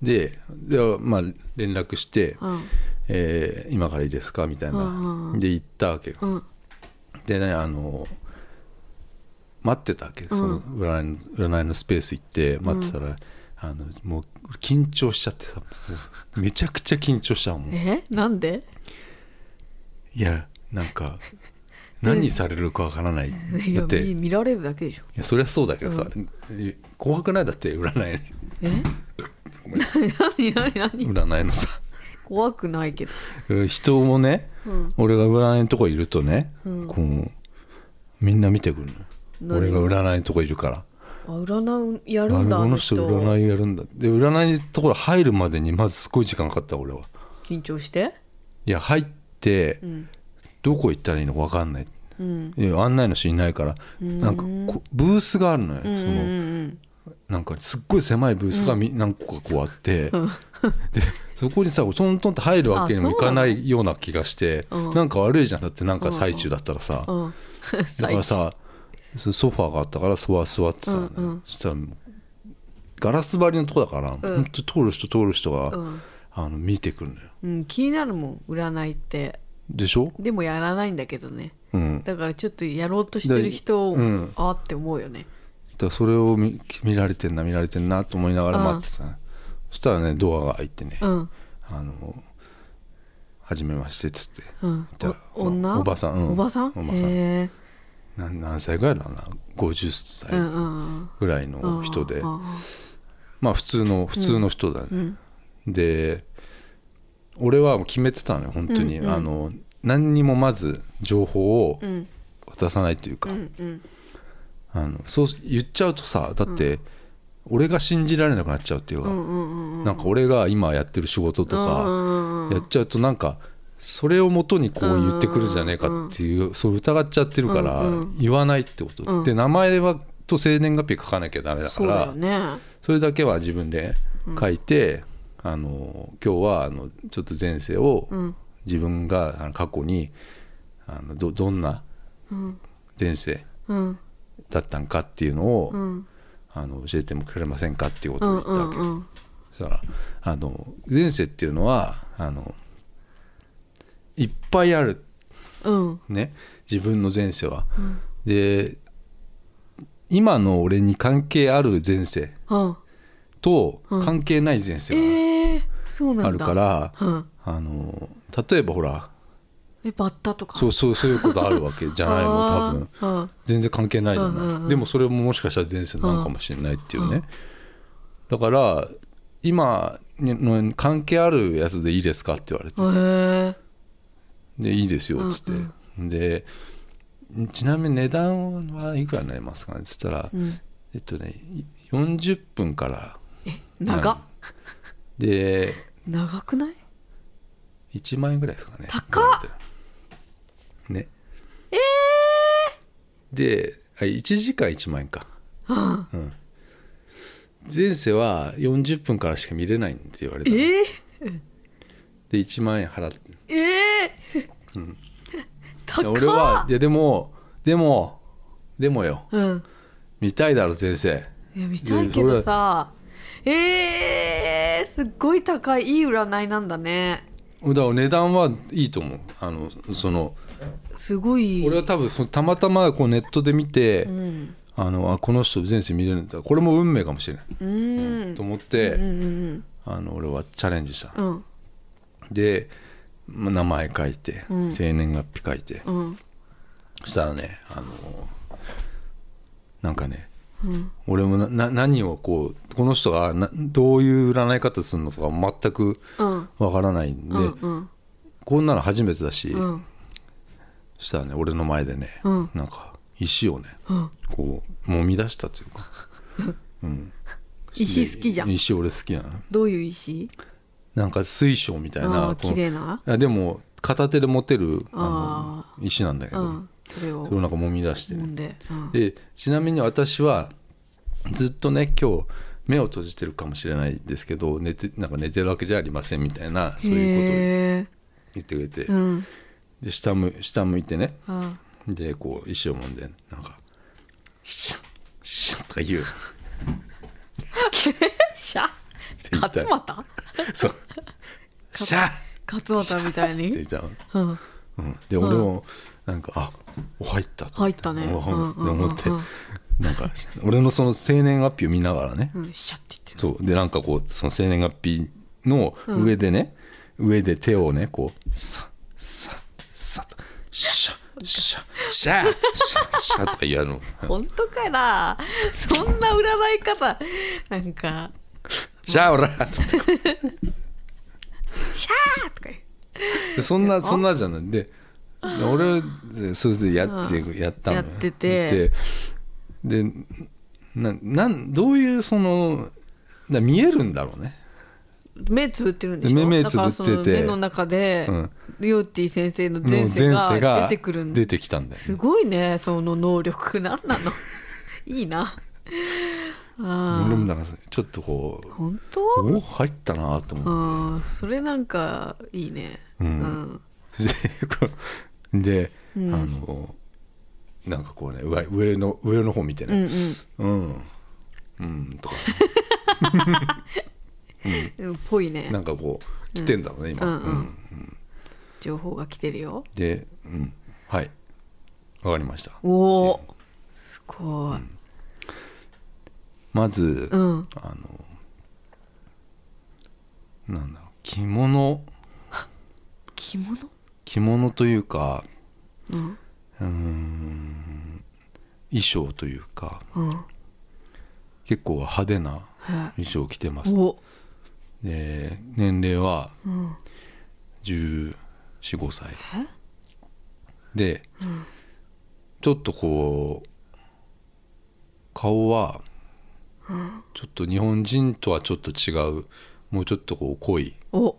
ででまあ連絡して、うんえー今からいいですか?」みたいな、うんうんうんで行ったわけよ、うんでねあの待ってたわけ、その占いの占いのスペース行って待ってたら、あのもう緊張しちゃってさも うめちゃくちゃ緊張したもんえなんでいやなんか何されるかわからない いだやって見い見られるだけでしょやそりゃそうだけどさ「紅白ない」だって 占いえ何 何何占いのさ怖くないけど人もね、ん俺が占いのとこいるとね、こうみんな見てくるのよ俺何が占いのとこいるから。あ占うやあるんれだこあのの人人占いやるんだで占いのところ入るまでにまずすごい時間かかった俺は緊張していや入って、うんどこ行ったらいいのか分かんないうんいや案内の人いないから、なんかこうブースがあるのよ、うんうんそうんのなんかすっごい狭いブースがみ、何個かこうあって、でそこにさトントンって入るわけにもいかないような気がしてうなな,、のん、か悪いじゃんだってなんか最中だったらさ、うんうん だからさそソファーがあったからソファー座ってたのね、うんうんそしたらもうガラス張りのとこだから、ほん、本当通る人通る人が、うんあの見てくるのようん、気になるもん占いってでしょ、でもやらないんだけどねうん、だかだからちょっとやろうとしてる人を、うんあーって思うよねらそれを見見られてんな見られてんなと思いながら待ってたの、そしたらねドアが開いてね「うんあのはじめまして」っつってうんじゃあお女おばさんうんおばさんおばさんへ何何歳ぐらいだろうな50歳えうんうんぐらいうんの人で、うんうんまあ普通の普通の人だね、うんで俺はもう決めてたのよ本当に、うんうんあの何にもまず情報をうん渡さないというか、うんうんあのそう言っちゃうとさだって俺が信じられなくなっちゃうっていうか、うんうんうんなんか俺が今やってる仕事とうんかうんうんやっちゃうとなんかそれをもとにこう言ってくるじゃねえかっていう、そう疑っちゃってるからうんうん言わないってこと、うんで名前はと生年月日書かなきゃダメだかそうだらよねそれだけは自分で書いて、あの今日はあのちょっと前世をうん自分があの過去にあのどどんなうん前世うんだったんかっていうのを、うんあの教えてもくれませんかっていうこうとんを言ったわけ、うんそしたらあの前世っていうのはあのいっぱいあるうんね自分の前世は、で今の俺に関係ある前世うんとうん関係ない前世があるええそうなんだあるから、うんあの例えばほらえバッタとかそううそうそういうことあるわけじゃない の多分分全然関係ないじゃない、うんうんうんでもそれももしかしたら前世なのかもしれないっていうね、だから今の関係あるやつでいいですかって言われてへえ「でいいですよ」っつって、うんで「ちなみに値段はいくらになりますかね?」っつったら、うんえっとね40分から長っなで長くない1万円ぐらいですかね高っっねえであ1時間1万円かうん前世は40分からしか見れないって言われたのええで1万円払ってええい高やっ俺はいやでもでもでもようん見たいだろ前世いや見たいけどさええすっごい高いいい占いなんだねだから値段はいいと思うあのそのすごい俺は多分そのたまたまこうネットで見て、うんあのあこの人前世見れるんだこれも運命かもしれない、うんと思って、うんうんあの俺はチャレンジした、うんでま名前書いてうん生年月日書いて、うんそしたらねあのなんかねうん俺もなな何をこうこの人がなどういう占い方するのとか全くうんわからないんで、うんうんこんなの初めてだし、うんそしたらね俺の前でね、うんなんか石をねうんこう揉み出したというか石好きじゃでん石俺好きなのどういう石なんか水晶みたいあなーこの綺麗なあでも片手で持てるああの石なんだけうど、んそれをそれをなんか揉み出してね、揉んでうんでちなみに私はずっとね今日目を閉じてるかもしれないですけど寝てなんか寝てるわけじゃありませんみたいなそういうことをへ言ってくれて、ーうんで下む下向いてねあでこう石を揉んでなんか「シャンシャン」とか 言うシャ言いたい勝俣そう「シャン!」っ勝俣みたいてに言ったの、うんうん、で俺も、なんかあお入った入ったねおうんうんうんうん思ってなんか俺のその生年月日を見ながらねうんシャッて言ってるそうでなんかこうその生年月日の上でね、上で手をねこうさささとシャシャシャシャシャとかやるの本当かなそんな占い方なんかシャオラっつって「シャー!」とか言うでそんなそんなじゃないで俺でそれでやって、やったのよやっててででななんどういうそのな見えるんだろうね目つぶってるんでしょ目目だからそのつぶってて目の中で、うんリョーティ先生のの前世が出てくるん出てきたんだよね、すごいねその能力なんなのいいなあ俺もーなんかちょっとこう本当お入ったなと思っあーそれなんかいいねうんて でこうで、うんあのなんかこうね上上の上の方見てうん、うんねうんうんとかうんぽいねなんかこう来てんだろうね今うんうんうん情報が来てるよで、うん、はいわかりましたおおすごいまず、うんあのなんだろう着物着物着物というかうんうーん衣装というかうん結構派手なはい衣装を着てますおで年齢はうん1 4 5歳えで、ちょっとこう顔はちょっと日本人とはちょっと違うもうちょっとこう濃いお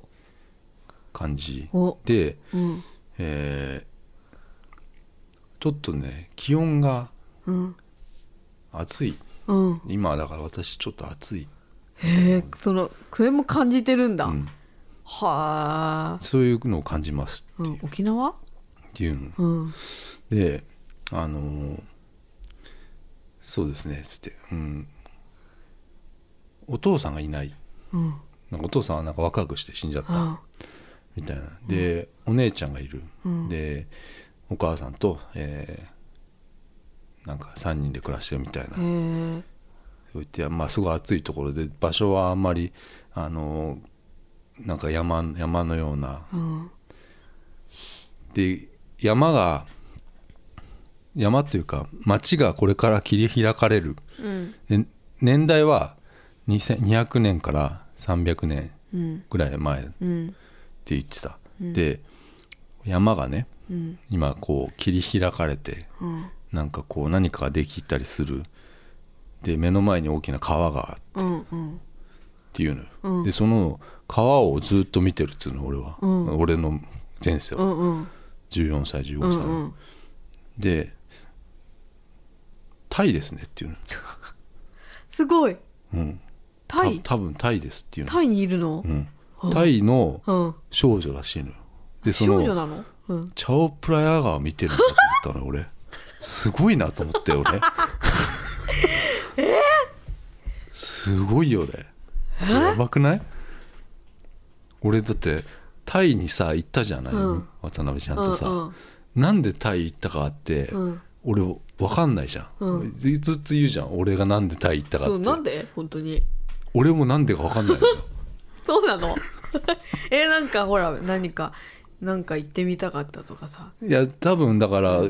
感じおで、うんえーちょっとね気温がうん暑いうん今だから私ちょっと暑い、へえそのそれも感じてるんだ、うんはあ、そういうのを感じますうっていんう,、、沖縄のうんであのーそうですねつって、うん、お父さんがいないうんなんかお父さんはなんか若くして死んじゃったあみたいなで、お姉ちゃんがいる、うんでお母さんと、えーなんか3人で暮らしてるみたいな、へえそう言ってまあすごい暑いところで場所はあんまりあのなんか山山のようなうんで山が山というか町がこれから切り開かれるうんで年代は2200年から300年うんぐらい前ってうん言ってた、で山がねうん今こう切り開かれてなんかこう何かができたりするで目の前に大きな川があってうんうんっていうのよ、うんでその川をずっと見てるっていうの俺は、うん俺の前世うはんうん14歳15う歳、んでタイですねっていうの、すごいうん、タイた多分タイですっていうのタイにいるのうん、タイのうん少女らしいのよでそ少の女なのうんチャオプラヤ川見てるんだと思ったの俺すごいなと思って 俺すごいよねやばくない俺だってタイにさ行ったじゃない、うん渡辺ちゃんうんとさ、なんでタイ行ったかって、うんうん俺分かんないじゃん、うんずずっと言うじゃん俺がなんでタイ行ったかそうなんってで本当に俺もなんでか分かんないのよそうなの えなんかほら何かなんか行ってみたかったとかさいや多分だから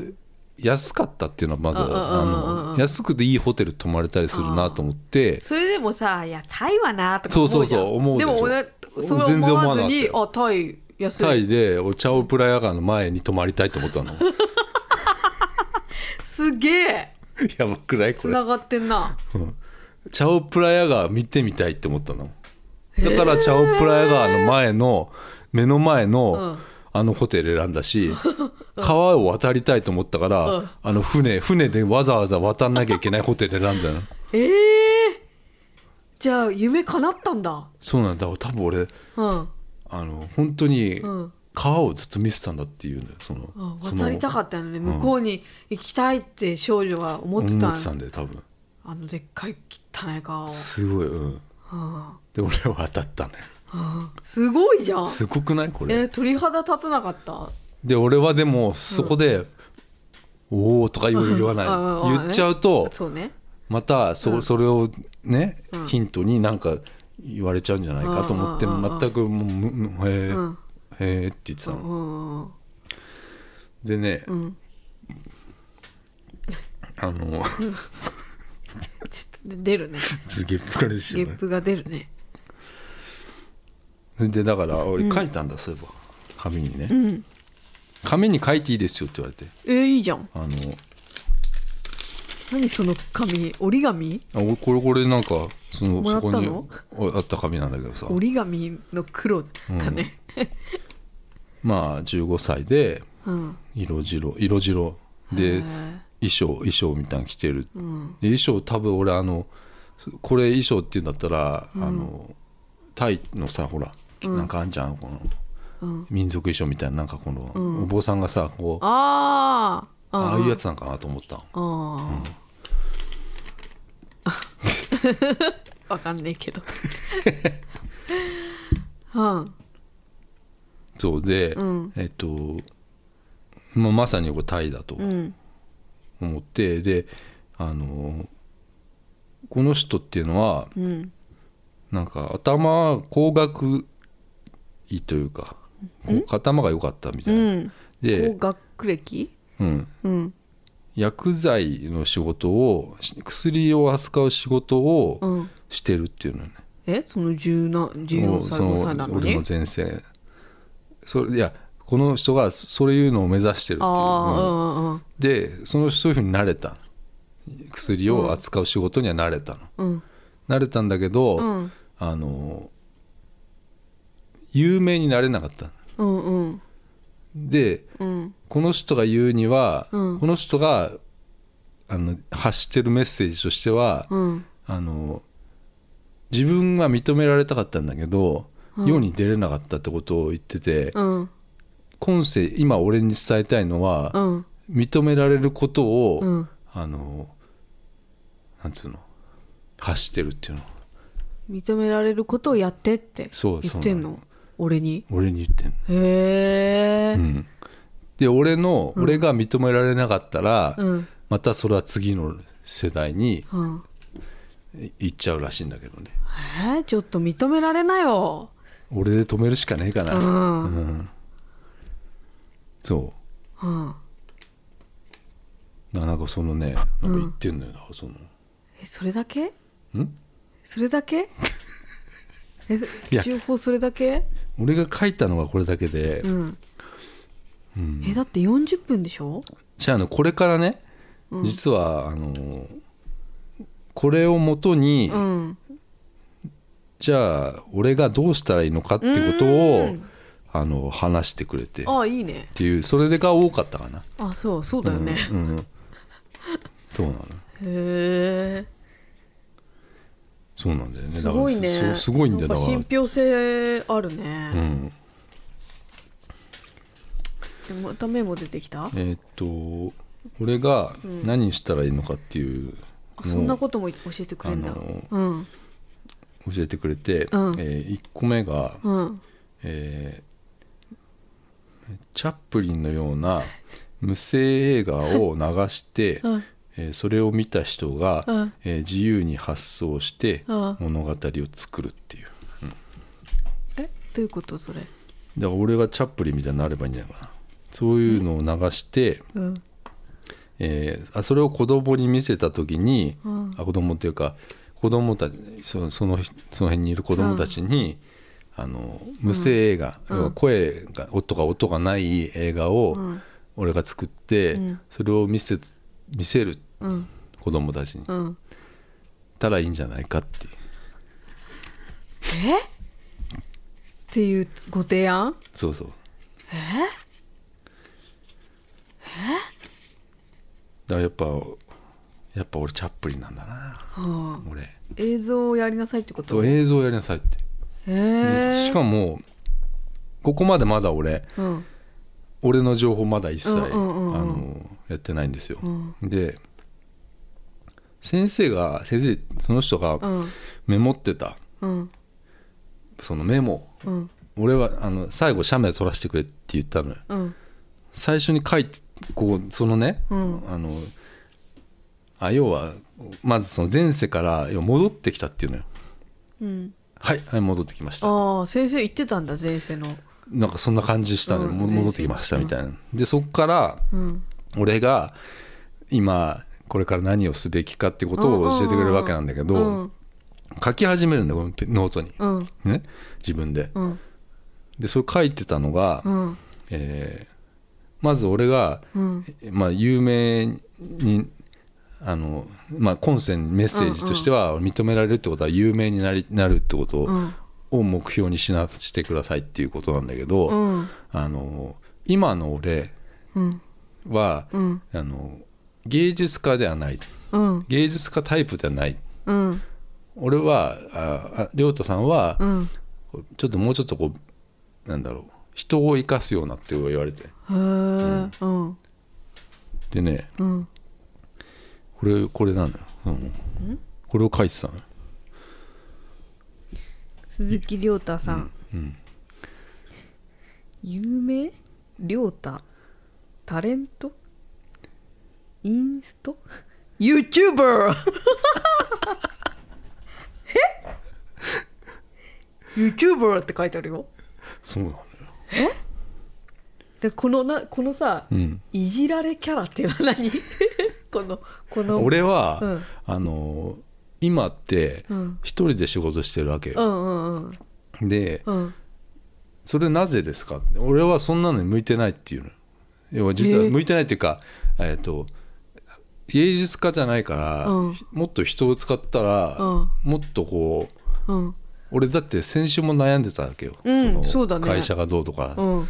安かったっていうのはまずうんうんうんうんあの安くていいホテル泊まれたりするなと思ってそれでもさいやタイはなとか思うじゃんそうそうそう思うででしょも俺それ全然思思わわなずかったによあタイ安いタイでお茶をプラヤガの前に泊まりたいと思 ったのすげえやばくないこつれながってんなチャオプラヤ川見てみたいって思ったのだからチャオプラヤ川の前の目の前うのんあのホテル選んだし川を渡りたいと思ったから、うんあの船船でわざわざ渡んなきゃいけないホテル選んだのええじゃあ夢叶ったんだそうなんだ多分俺うんあの本当にうん川をずっと見せたんだっていうのよそのうんその渡りたかったのね向こうに行きたいって少女は思って思たってたのんだよ多分あのでっかい汚い顔、すごいうんうんで俺は当たったのようんすごいじゃんすごくないこれえー鳥肌立たなかったで俺はでもそこで「おお」とか言う言わうんうんなうんい言っちゃうとそうねまたそ,、うんそれをねうんヒントになんか言われちゃうんじゃないかと思ってうんうんうんうん全くもうむ「むへえ、うんへえ」って言ってたうの。んうんでねうんあのちょっと出 るねゲップから ですゲよねッ。プが出るねそれでだから俺書いたんだ、そういえば紙にね、うん紙に書いていいですよって言われてえーいいじゃんあの何その紙折り紙あ俺これこれなんかそのもらそったこのにあった紙なんだけどさ折り紙の黒だねまあ15歳でうん色白色白でへー衣装衣装みたいなの着てるうんで衣装多分俺あのこれ衣装って言うんだったら、あのタイのさほらなんかあんじゃんこの、うん民族衣装みたいななんかこの、うんお坊さんがさこうああああいうやつなんかなと思ったのあああわかんねえけどうんそうで、うんえっと、まあ、まさにこれタイだとうん思って、であのこの人っていうのはうんなんか頭工学いいというか、こう頭が良かったみたういな、んで高、学歴うん、うん薬剤の仕事をし薬を扱う仕事をうんしてるっていうのね、えその十な十も四う歳そ五歳なのの俺にの前世それいやこの人がそういうのを目指してるっていう、あうんあでそのそういうふうに慣れた薬を扱う仕事には慣れたの、うんうん慣れたんだけど、うんうんあの有名になれなかったうんうんでうんこの人が言うには、うんこの人があの発してるメッセージとしては、うんあの自分は認められたかったんだけど、世に出れなかったってことを言ってて、うん今世今俺に伝えたいのは、うん認められることを、うんあのなんつうの発してるっていうの認められることをやってってそう言ってんの俺に俺に言ってんの、へうえん、で俺の、俺が認められなかったら、うんまたそれは次の世代にうんい行っちゃうらしいんだけどねえーちょっと認められなよ俺で止めるしかねえかな、ううんんそうんうななんかそのねなんか言ってんのよな、そのえそれだけんそれ だけえいや情報それだけ俺が書いたのがこれだけで、うん、えだって40分でしょじゃああのこれからね、実はあのこれをもとに、うんじゃあ俺がどうしたらいいのかってことうをんあの話してくれてっああいいねていうそれが多かったかな。あそうそうだよね、うんうんそうなのへえそうなんだよねすだからごいねそうすごいんだよだなんかから信憑性あるうね、ん、でまたメモ出てきたえーっと俺が何したらいいのかっていうあそんのなをことも教えてくれんだ、あのうん教えてくれて、うんえ1個目が、うんえーチャップリンのような無声映画を流 して、うんえーそれを見た人が、うんえー自由に発想してうん物語を作るっていうえどういうことそれだから俺がチャップリンみたいになればいいんじゃないかなそういうのを流して、うんえーあそれを子供に見せた時に、うんあ子供っていうか子供たちそのそのその辺にいる子供たちに、あの無声映画、要は声が音が音がない映画をうん俺が作って、うんそれを見せ見せるうん子供たちにうんたらいいんじゃないかっていうえっていうご提案そうそうええだからやっぱやっぱ俺チャップリンなんだなはあ俺映像をやりなさいってことそう映像やりなさいってへでえしかもここまでまだ俺うん俺の情報まだ一切、うんうんうんうんあのやってないんですよ、うんで先生が先生その人うがんメモってたうんそのメモうん俺はあの最後写メ撮らせてくれって言ったのようん最初に書いてこうそのね、うんあのあ要はまずその前世から要は戻ってきたっていうのようん、はい、はい、戻ってきましたああ先生言ってたんだ前世のなんかそんな感じしたのよ、うんも戻ってきましたみたいな、でそっからうん俺が今これから何をすべきかってことを教えてくれるわけなんだけど、うん書き始めるんだよこのペノートに、うんね、自分でうんでそれ書いてたのが、うんえーまず俺が、うんまあ、有名にあの、まあ、今世にメッセージとしては認められるってことは有名になりなるってことうんを目標にしなしてくださいっていうことなんだけど、うんあの今の俺うんは、うんあの芸術家ではないうん芸術家タイプではないうん俺はああ亮太さんは、うんちょっともうちょっとこうなんだろう人を生かすようなって言われてへえうんでねうんこれこれなのよ、うん、これを書いてたのよ鈴木亮太さん、有名亮太タレントインスト YouTuber え YouTuber って書いてあるよそうなのよでこのなこのさ、うんいじられキャラっていうのは何 このこの俺は、うんあの今ってうん一人で仕事してるわけうよ、んうんうんでうんそれなぜですかって俺はそんなのに向いてないっていうの要は実はえー向いてないっていうかえっ、と芸術家じゃないから、うんもっと人を使ったら、うんもっとこううん俺だって先週も悩んでたわけよ、うんのそうだね会社がどうとか、うん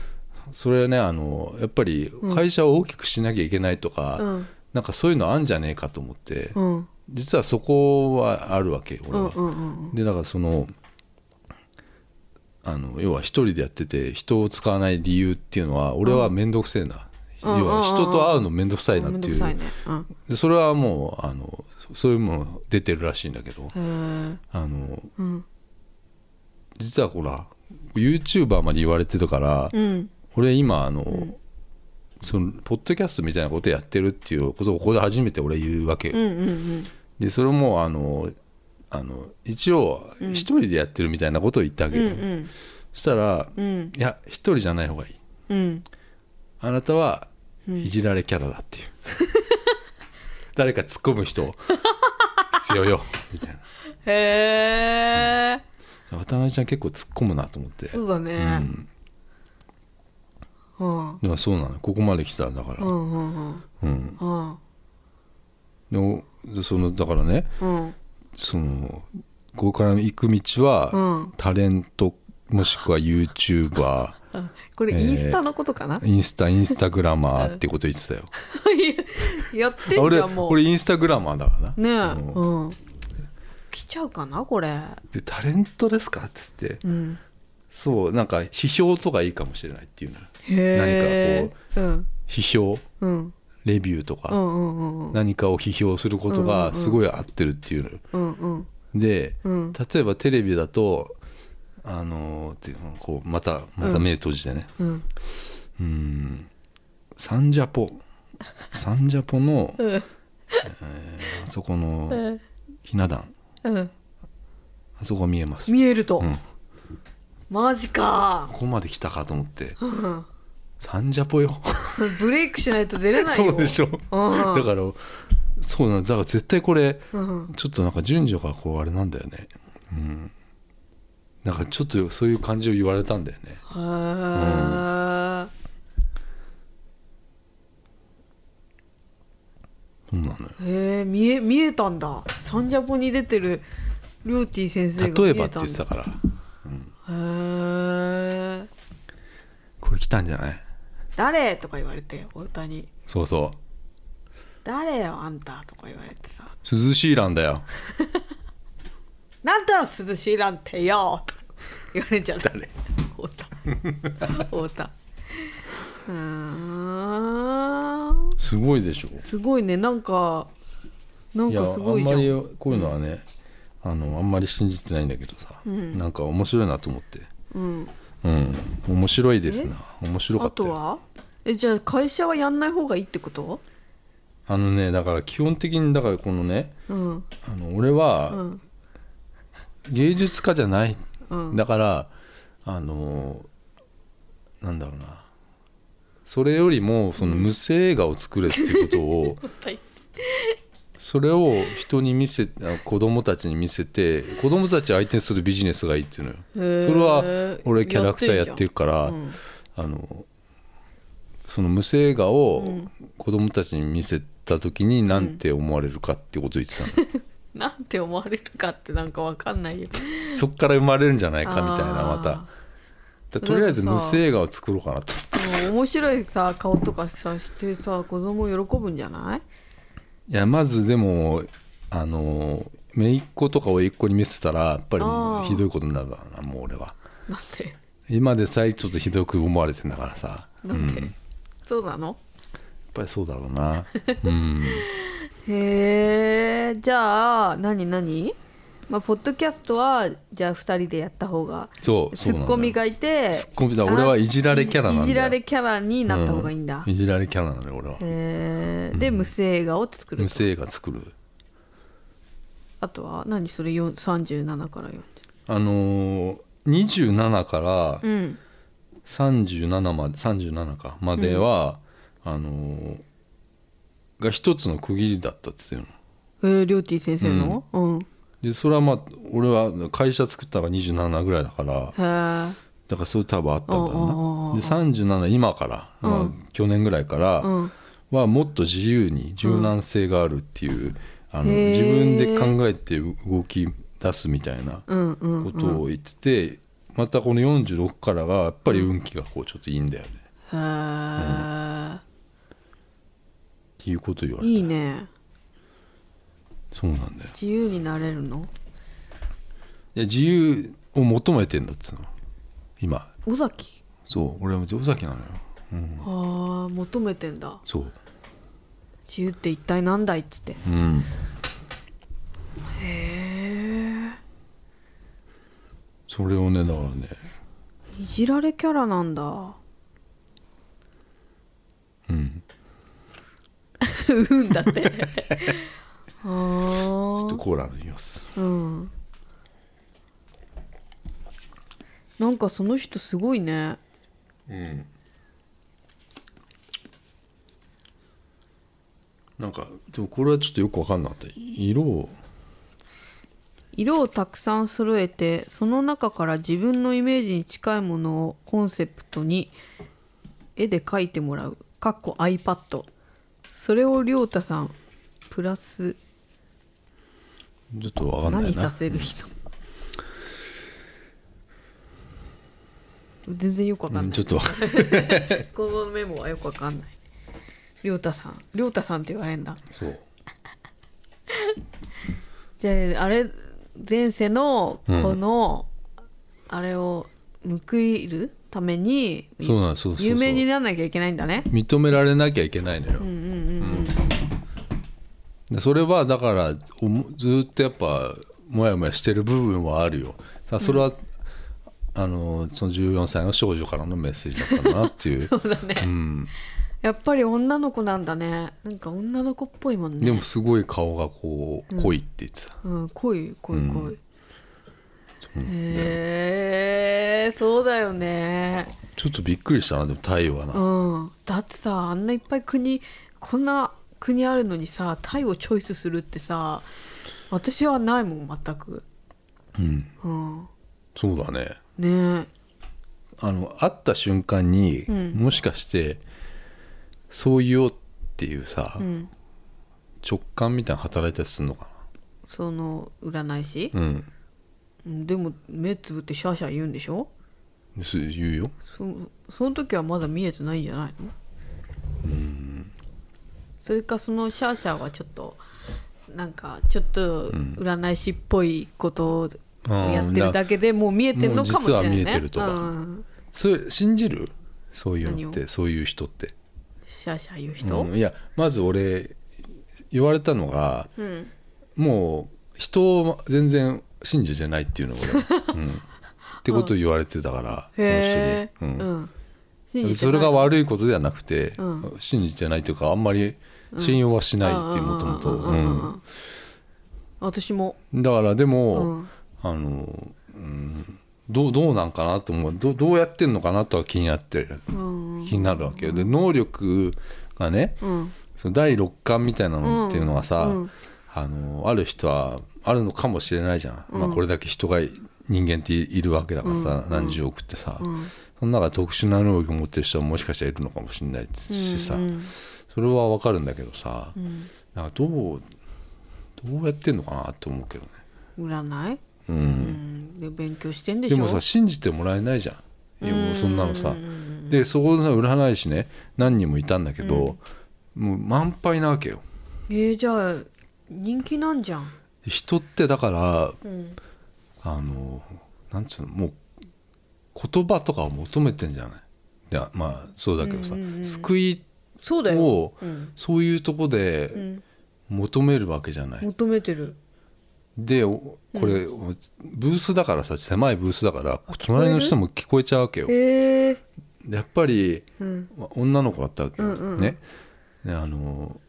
それはねあのやっぱり会社を大きくしなきゃいけないとか、うんなんかそういうのあんじゃねえかと思って、うん実はそこはあるわけよ俺うんは。うんうんでだからそのあの要は一人でやってて人を使わない理由っていうのは俺は面倒くせえな、うん要はうんうんうん人と会うの面倒くさいなっめんていどくう、さいねうんでそれはもうあのそういうもの出てるらしいんだけど、へーあのうん実はほら YouTuber まで言われてたから、うん俺今あの、そのポッドキャストみたいなことやってるっていうことをここで初めて俺言うわけよ、うんうんでそれもあのあの一応一人でやってるみたいなことを言ったわけうんうよ、んそしたら、うんうんいや一人じゃない方がいいうんあなたはいじられキャラだ っていう、誰か突っ込む人必要よみたいへえな渡辺ちゃん結構突っ込むなと思って、そうだねうんうんうんだからそうなのここまで来たんだから、うんうんうんうんでもでそのだからねうんそのここから行く道は、うんタレントもしくは YouTuber あこれインスタのことかなインスタインスタグラマーってこと言 ってたよやってんじ俺ゃんもう俺インスタグラマーだからなねえうんうん来ちゃうかなこれでタレントですかって言ってうんそうなんか批評とかいいかもしれないっていうのよへえ何か批評こううんレビューとうか、んうんうんうん何かを批評することがすごい合ってるっていうのようんうんでうん例えばテレビだとあのーっていうのこうまたまた目閉じてね、うんうーんサンジャポサンジャポの、うんあそこのうんひな壇うんあそこ見えます、見えるとうん、マジかここまで来たかと思ってうんサンジャポよブレイクしないと出れないよ そうでしょうんだからそうなんだだから絶対これうんちょっとなんか順序がこうあれなんだよねうんなんかちょっとそういう感じを言われたんだよねへーそうなのよへえ見え見えたんだサンジャポに出てるりょうちぃ先生が見例ええばたっんて言だってたからへーこれ来たんじゃない誰とか言われて大谷そうそう誰よあんたとか言われてさ涼しいランだよなんだよ涼しいなんてよとか言われちゃった誰太田太田うーんすごいでしょすごいねなんかなんいやかあすんごいじまゃんりこういうのはね、あのあんまり信じてないんだけどさ、なんか面白いなと思ってうん、うん面白いですな面白かあったとよはえじゃあ会社はやんない方がいいってことあのねだから基本的にだからこのねうんあの俺うはん芸術家じゃない、うんだからあのなんだろうなそれよりもその無声映画を作れっていうことを、 それを人に見せあ子供たちに見せて子供たち相手にするビジネスがいいっていうのよそそれは俺キャラクターやってるから、うんあのその無声映画をん子供たちに見せた時になんて思われるかってことを言ってたの、なんて思われるかってなんかわかんないよそっから生まれるんじゃないかみたいなあまーただからとりあえず無声映画を作ろうかなと思ってもう面白いさ顔とかさしてさ子供喜ぶんじゃないいやまずでもあの姪っ子とか甥っ子に見せたらやっぱりもあうーひどいことになるからなもう俺はなんて今でさえちょっとひどく思われてんだからさうなんんやて、っそうなのぱりそうだろうなうんへえじゃあ何何まあポッドキャストはじゃあ二人でやった方がそうツそうなんだッよコミがいてツッコミだ俺はいじられキャラなんだよいじられキャラになった方がいいんだ、ういじられキャラなのよ俺はへえで無声映画を作る無と声映画作るあとは何それよん37から40あのー27からうん37まで37かまでは、あのーが一つの区切りだったっつっていうのえー、りょうちぃ先生のうん、へでそれはまあ俺は会社作ったのが27ぐらいだからえだからそれ多分あったんだうんうんうろうんんうなで37今から、まあうん去年ぐらいから、うんはもっと自由に柔軟性があるっていう、あのへー自分で考えて動き出すみたいなうんうんこうんとを言ってて、またこの46からがやっぱり運気がこうちょっといいんだよね、へーっていうことを言われたいいねそうなんだよ自由になれるのいや自由を求めてんだっつうの今尾崎そう俺は尾崎なのよああ求めてんだそう自由って一体なんだいっつってうんへえそれをねだからねいじられキャラなんだうう んんだって あちょっとーコーラ飲みますうんなんかその人すごいねうんなんかでもこれはちょっとよく分かんなかった色を色をたくさん揃えてその中から自分のイメージに近いものをコンセプトに絵で描いてもらうかっこ iPad それを亮太さんプラスちょっと分かんないな何させる人全然よくわかうんん、なちょいっと分か んないこのメモはよくわかんない亮太さん亮太さんって言われんだそうじゃああれ前世のこの、あれを報いるためにそうなんそうそうそう有名にならなきゃいけないんだね認められなきゃいけないのよ、うんうんうんでそれはだからおもずーっとやっぱモヤモヤしてる部分はあるよただそれは、あのその14歳の少女からのメッセージだったんだなっていう そうだね、んやっぱり女の子なんだねなんか女の子っぽいもんねでもすごい顔がこう濃いって言ってた、うん濃い濃い濃い、うへえそうだよねちょっとびっくりしたなでも太陽はな、うんだってさあんないっぱい国こんな国あるのにさタイをチョイスするってさ私はないもん全くうん、うんそうだねねえあの会った瞬間に、うんもしかしてそう言おうっていうさ、うん、直感みたいなの働いたりするのかその占い師、なうんうんでも目つぶってシャーシャー言うんでしょそう言うよそその時はまだ見えてないんじゃないのそれかそのシャーシャーはちょっとなんかちょっと占い師っぽいことをやってるだけでもう見えてるのかもしれないねもう実は見えてるとかうんそれ信じるそういうのっ何てそういう人って、シャーシャー言う人、うんいやまず俺言われたのがうんもう人を全然信じ てないっていうの俺、うん、ってことを言われてたから、その人にへうえ、んうん信じてそれが悪いことではなくて、うん信じてないというかあんまり信用はしないっていうもともとうんうんうんうんうん私も、うんだからでうも、ん、あの、うん、どうどうなんかなと思うどうどうやってんのかなとは気になってるうん気になるわけよで能力がねうんその第六感みたいなのっていうのはさ、うんあのある人はあるのかもしれないじゃん、まあ、これだけ人が人間っているわけだからさ、何十億ってさ、うんその中で特殊な能力を持ってる人はもしかしたらいるのかもしれないしさ、うんそれはわかるんだけどさ、うんなんかどうどうやってんのかなと思うけどね、うん占い、ううんん、で勉強してんででしょもさ信じてもらえないじゃんいやもうそんなのさ、でそこのさ占い師ね何人もいたんだけど、もう満杯なわけよえー、じゃあ人気なんじゃん、人ってだからうん、あのなんつうのもう言葉とかを求めてんじゃないいやまあそうだけどさ、うんうんうん救いそうだよ、をうんそういうとこうでん、求めるわけじゃない、求めてるでおこれ、ブースだからさ狭いブースだから隣の人も聞こえちゃうわけよえーでやっぱりうんま女の子だったわけよ、うんうんねであの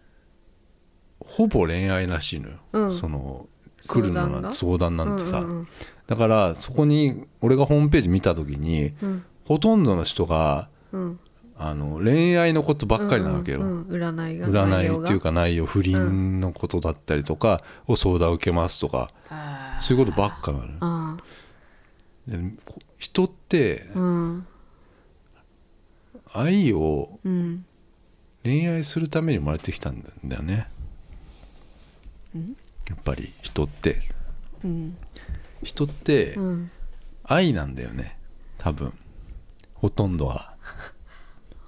ほぼ恋愛らしいのよ、うんその来るの相談なが相談なんてさ、うんうんだからそこに俺がホームページ見た時にうんほとんどの人がうん、あの恋愛のことばっかりなわけよ、うんうんうん占いが占いっていうかか内容不倫のことだったりとか、を相談受けますとかあそういうことばっかなのよあでこ人ってうん愛をうん恋愛するために生まれてきたんだよねやっぱり人ってうん人ってうん愛なんだよね多分ほとんどが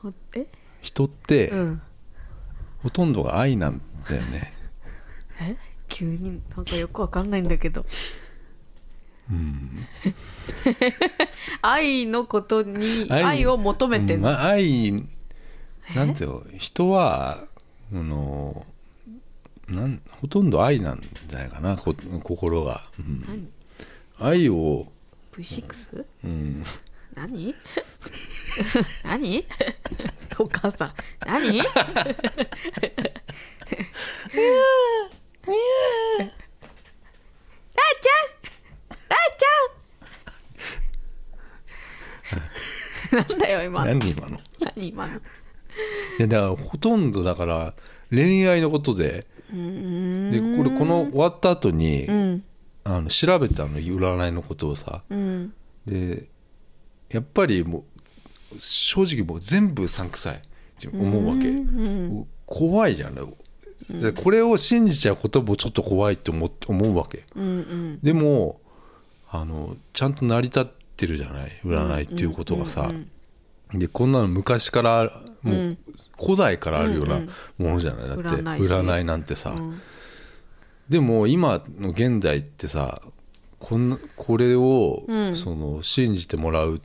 ほえ人って、うんほとんどが愛なんだよねえ急になんかよくわかんないんだけどうん愛のことに愛 愛を求めてうんんのま愛なんていうの人はあのなんほとんど愛なんじゃないかなこ心が、うん何愛を、 V6? うん、何 何お母さん何ラーちゃんラーちゃんなんだよ今の何今のい何今のやだからほとんどだから恋愛のことでうーんでこれこの終わった後に、うんあの調べたの占いのことをさうんでやっぱりもう正直もう全部うさんくさいって思うわけ、うん怖いじゃん、でこれを信じちゃうこともちょっと怖いって思って思うわけうんうんでもあのちゃんと成り立ってるじゃない占いっていうことがさ、うんでこんなの昔からもう、うん古代からあるようなうんものじゃないだって占い師占いなんてさ、うんでも今の現代ってさこんなこれを、うんその信じてもらう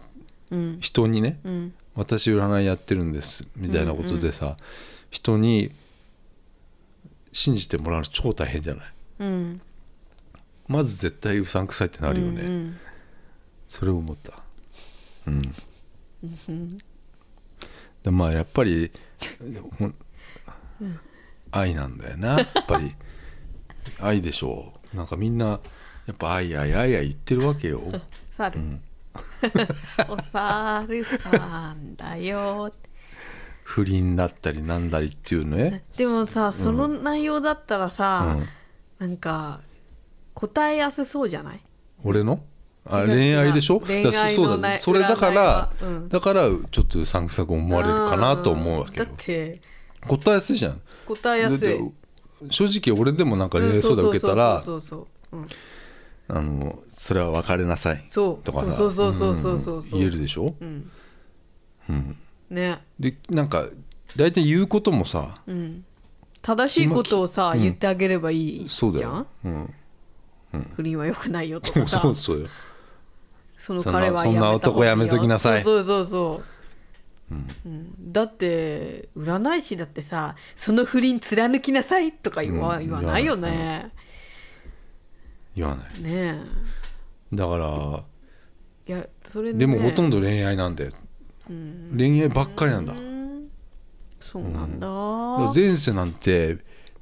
うん人にねうん私占いやってるんですみたいなことでさ、人に信じてもらうの超大変じゃないうんまず絶対うさんくさいってなるよね、うんそれを思ったうんうんでまあやっぱりほん愛なんだよなやっぱり愛でしょうなんかみんなやっぱ愛愛愛愛言ってるわ けよ猿、 お猿さんだよ不倫だったりなんだりっていうねでもさその内容だったらさ、なんか答えやすそうじゃない俺のあ違う違う恋愛でしょ恋愛だからそうのなだいそれだか占いはら、うんだからちょっとうさんくさく思われるかなと思うわけよだって答えやすいじゃん答えやすいだって正直俺でもなんか恋愛相談受けたらそうそうそうそううんあのそれは別れなさいそうとかさそうそうそうそうそうそううん言えるでしょ、うんうん、ねでなんか大体言うこともさうん正しいことをさ、今き言ってあげればいいそうだじゃよん、うん、不倫は良くないよと そかうさそうそうよその彼はそんなめた方がそいいよんな男やめときなさいそうそうそうそう、うんだって占い師だってさ「その不倫貫きなさい」とか言わ,、うん言わないよね、言わないねだからえいやそれでもほとんどど恋愛なんでうん恋愛ばっかりなんだうだかんそうなんだ、ら前世なんて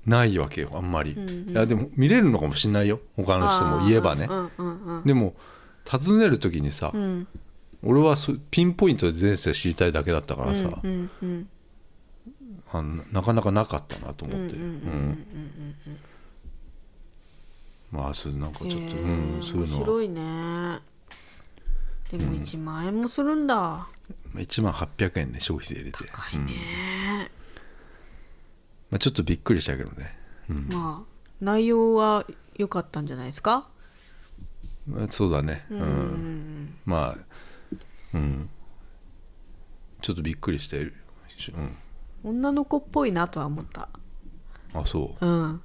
ないわけよあんまり、うんうんいやでも見れるのかもしれないよ他の人も言えばねうんうんうんでも尋ねる時にさ、うん俺はそピンポイントで前世知りたいだけだったからさ、うんうんあのなかなかなかったなと思ってううんうんうんんまあそれなんかちうょんっと、へえうん、そういう面のは白いねでも1万円もするんだ、 1万800円ね消費税入れて、高いね、まあ、ちょっとびっくりしたけどね、うんまあ内容は良かったんじゃないですかまあそうだねうん、うんまあうんちょっとびっくりしてる、うん、女の子っぽいなとは思ったあそううん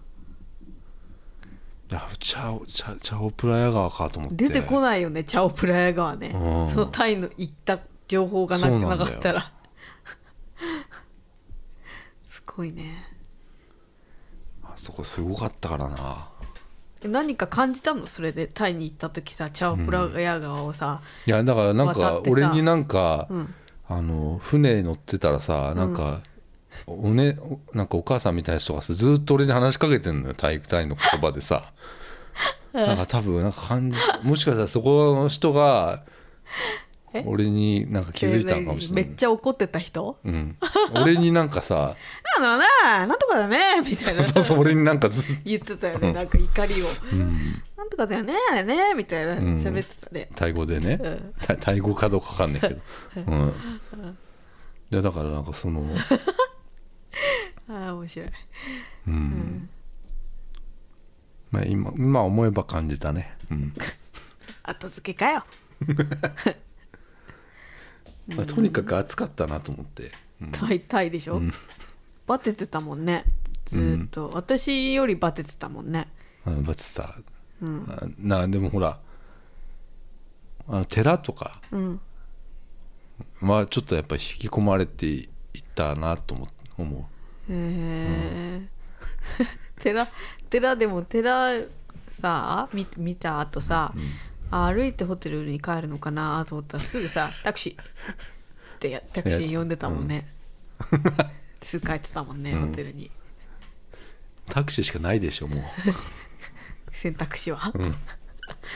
いやチャオチャチャオプラヤ川かと思って出てこないよねチャオプラヤ川ねうんそのタイの行った情報がなそうななんだかよったらすごいねあそこすごかったからなえ何か感じたのそれでタイに行った時さチャオプラヤ川をさ、いやだからなん渡かってさ俺になんか、うんあの船乗ってたらさなんか、おね、おなんかお母さんみたいな人がさずーっと俺に話しかけてんのよ体育体の言葉でさなんか多分なんか感じもしかしたらそこの人がえ俺になんか気づいたのかもしれないめっちゃ怒ってた人うん、俺になんかさなのななんとかだねみたいなそうそう俺になんかずっ言ってたよねなんか怒りを、と、うん、なんとかだよねあれねみたいなうん喋ってたね、タイ語でね、うんタイタイ語かどうかわかんないけど、うん、いやだからなんかその、ああ面白いうんまあ、今今思えば感じたね、うん後付けかよまあ、とにかく暑かったなと思って、うんタイタイでしょ、うんバテてたもんねずーっと、私よりバテてたもんねあのバツさうんあなでもほらあの寺とかうんはちょっとやっぱ引き込まれていったなと思思うへえ、 寺寺でも寺さ見見た後さ、あ歩いてホテルに帰るのかなと思ったらすぐさタクシーってやタクシー呼んでたもんね、すぐ帰ってたもんね、うんホテルにタクシーしかないでしょ も選択肢は、う、うん、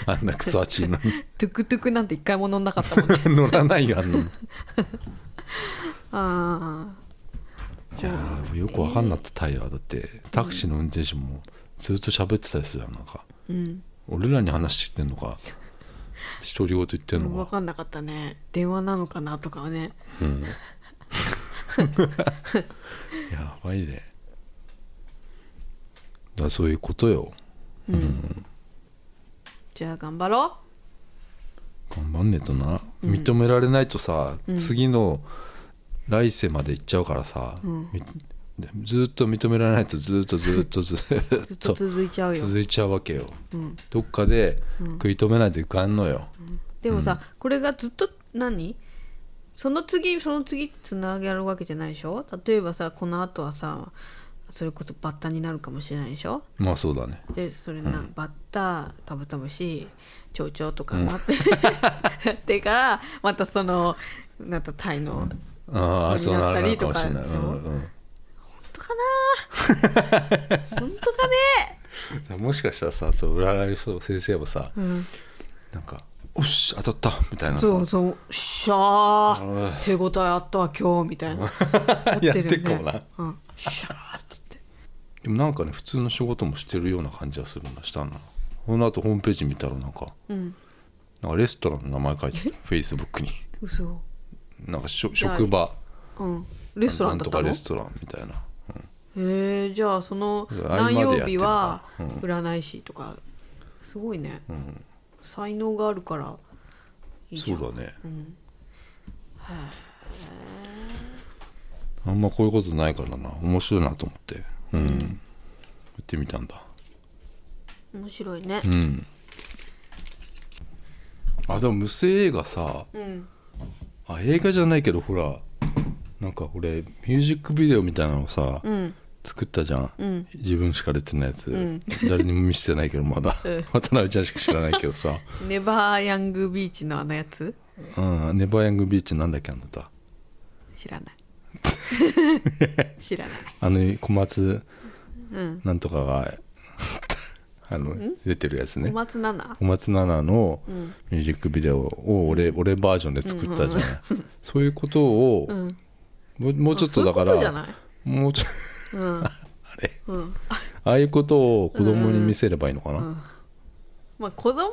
あんなクソ暑いのにトゥクトゥクなんて一回も乗んなかったも んね乗らないよあん なのいあやーよくわかんなかったタイヤだってタクシーの運転手もずっと喋ってたりするよなんかあうん俺らに話してきてんのか独り言言ってん分のか、かんなかったね電話なのかなとかはねうん、 やばいねだからそういうことようん、じゃあ頑張ろ頑張んねえとな認められないとさ、うん次の来世まで行っちゃうからさ、んみずっと認められないとずっとずっとずうずっっとと続いちゃうよ続いちゃうわけようんどっかで食い止めないといかんのよ、でもさ、これがずっと何その次その次つながるわけじゃないでしょ例えばさこの後はさそれこそバッタになるかもしれないでしょまあそうだねでそれな、バッタカブトムシチョウチョウとかなって、ってからまたそのなんかタイの、本ああそうななったるりかともかしれない、うそうん当かな本当かね、うん、もしかしたらさそう占いそう先生もさ、うん、なんか「おっし当たった!」みたいなさそうそうしゃー手応えあったわ今日みた いなやってっかもな、うん、しゃーっつってでもなんかね普通の仕事もしてるような感じがするんだしたなその後ホームページ見たらなんかうんなんかレストランの名前書いてたフェイスブックに 嘘なんかしょ職場うんレストランだっなんとかたのレへストランみたいな、うんえじゃあその合何間で曜やって日んのはかうん占い師とかすごいね、ん才能があるからいいじそゃんうだねんあんまこういうことないからな面白いなと思ってうん、やってみたんだ面白いねうんあでも無声映画さうんあ映画じゃないけどほらなんか俺ミュージックビデオみたいなのをさ、うん作ったじゃん、うん自分しか出てないやつ、ん誰にも見せてないけどまだ、うん 渡辺ちゃんしか知らないけどさ、ネバーヤングビーチのあのやつうん、ネバーヤングビーチなんだっけあなた知らない 知らないあの小松うんなんとかが あの出てるやつ小ね松菜奈小松菜奈のうんミュージックビデオを俺,、俺バージョンで作ったじゃない、そういうことを、うんもうもうちょっとだかそういうことじらゃないもうちょっと うんあれうんああいうことを子供に見せればいいのかな、うんまあ子供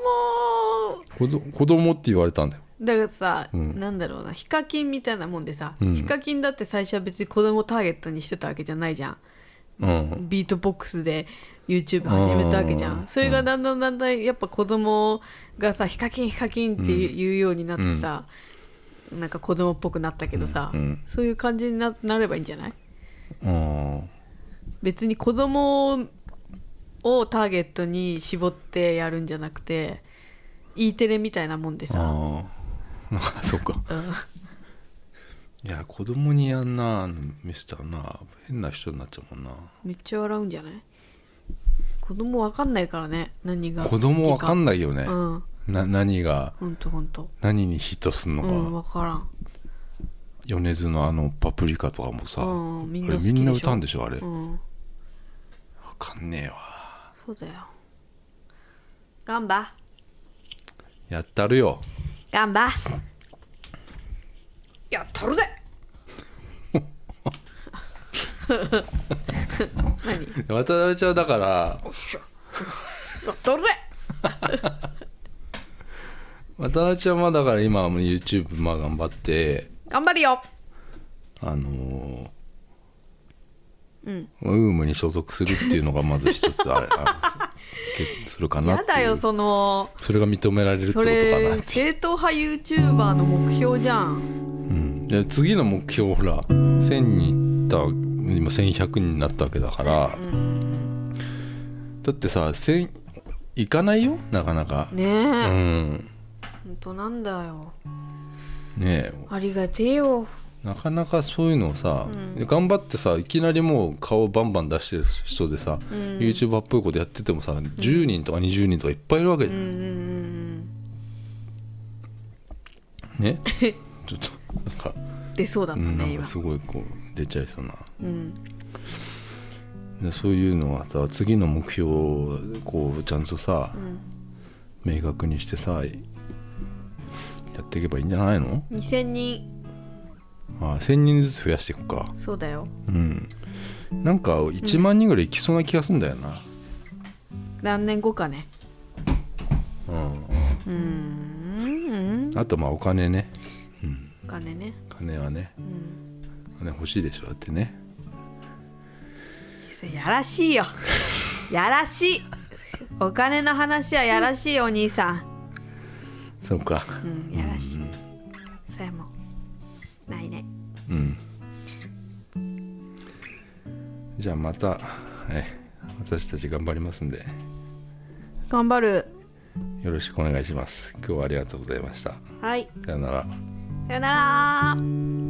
子ど子供って言われたんだよだからさ、うんなんだろうなヒカキンみたいなもんでさ、うんヒカキンだって最初は別に子供ターゲットにしてたわけじゃないじゃん、うんビートボックスで YouTube 始めたわけじゃうんんそれがだんだんだんだんやっぱ子供がさ「ヒカキンヒカキン」って言うようになってさ、なんか子供っぽくなったけどさ、うんうんそういう感じにななればいいんじゃないうん別に子供をターゲットに絞ってやるんじゃなくて E テレみたいなもんでさ、あ あそうかうんいや子供にあんなの見せたらな変な人になっちゃうもんなめっちゃ笑うんじゃない子供わかんないからね何が子供わかんなないよね、うんな何がほんとほんと何にヒットするのうか、んわからん米津のあの「パプリカ」とかもさ、うんみんあなれ好きでしみょんな歌うんでしょあれ、わうんかんねえわそうだよガンバやったるよガンバやっ たるで何渡辺ちゃんだからおっしゃやったるで 渡辺ちゃんはだから今はもう YouTube まあ頑張って頑張るよあのうんーウームに所属するっていうのがまず一つ あれあれするかなっやていうだよそのそれが認められるってことそかなれって正統派 YouTuber の目標じゃんうん、で次の目標ほら1000に行った今1100になったわけだから、だってさ1000行かないよなかなか、ねうえ、んほんとなんだよねえありがてえよなかなかそういうのをさ、うん頑張ってさいきなりもう顔バンバン出してる人でさ、うん YouTuber っぽいことやっててもさ10人とか20人とかいっぱいいるわけうじんゃ、うんんうん ねちょっとなんかうん出そうだっうたんなねんか今すごいこう出ちゃいそうなうんでそういうのはさ次の目標をこうちゃんとさ、うん明確にしてさやっていけばいいんじゃないの2000人あ1000人ずつ増やしていくかそうだようんなんか1万人ぐらいいきそうな気がするんだよな何年後かねうん、うーんあとまあお金ねお金ね金はねうんお金欲しいでしょだってねそれやらし いよやらしいお金の話はやらしいよお兄さんそうかうんやらしいそれもないねうんじゃあまた、はい、私たち頑張りますんで頑張るよろしくお願いします今日はありがとうございましたはいさよならさよなら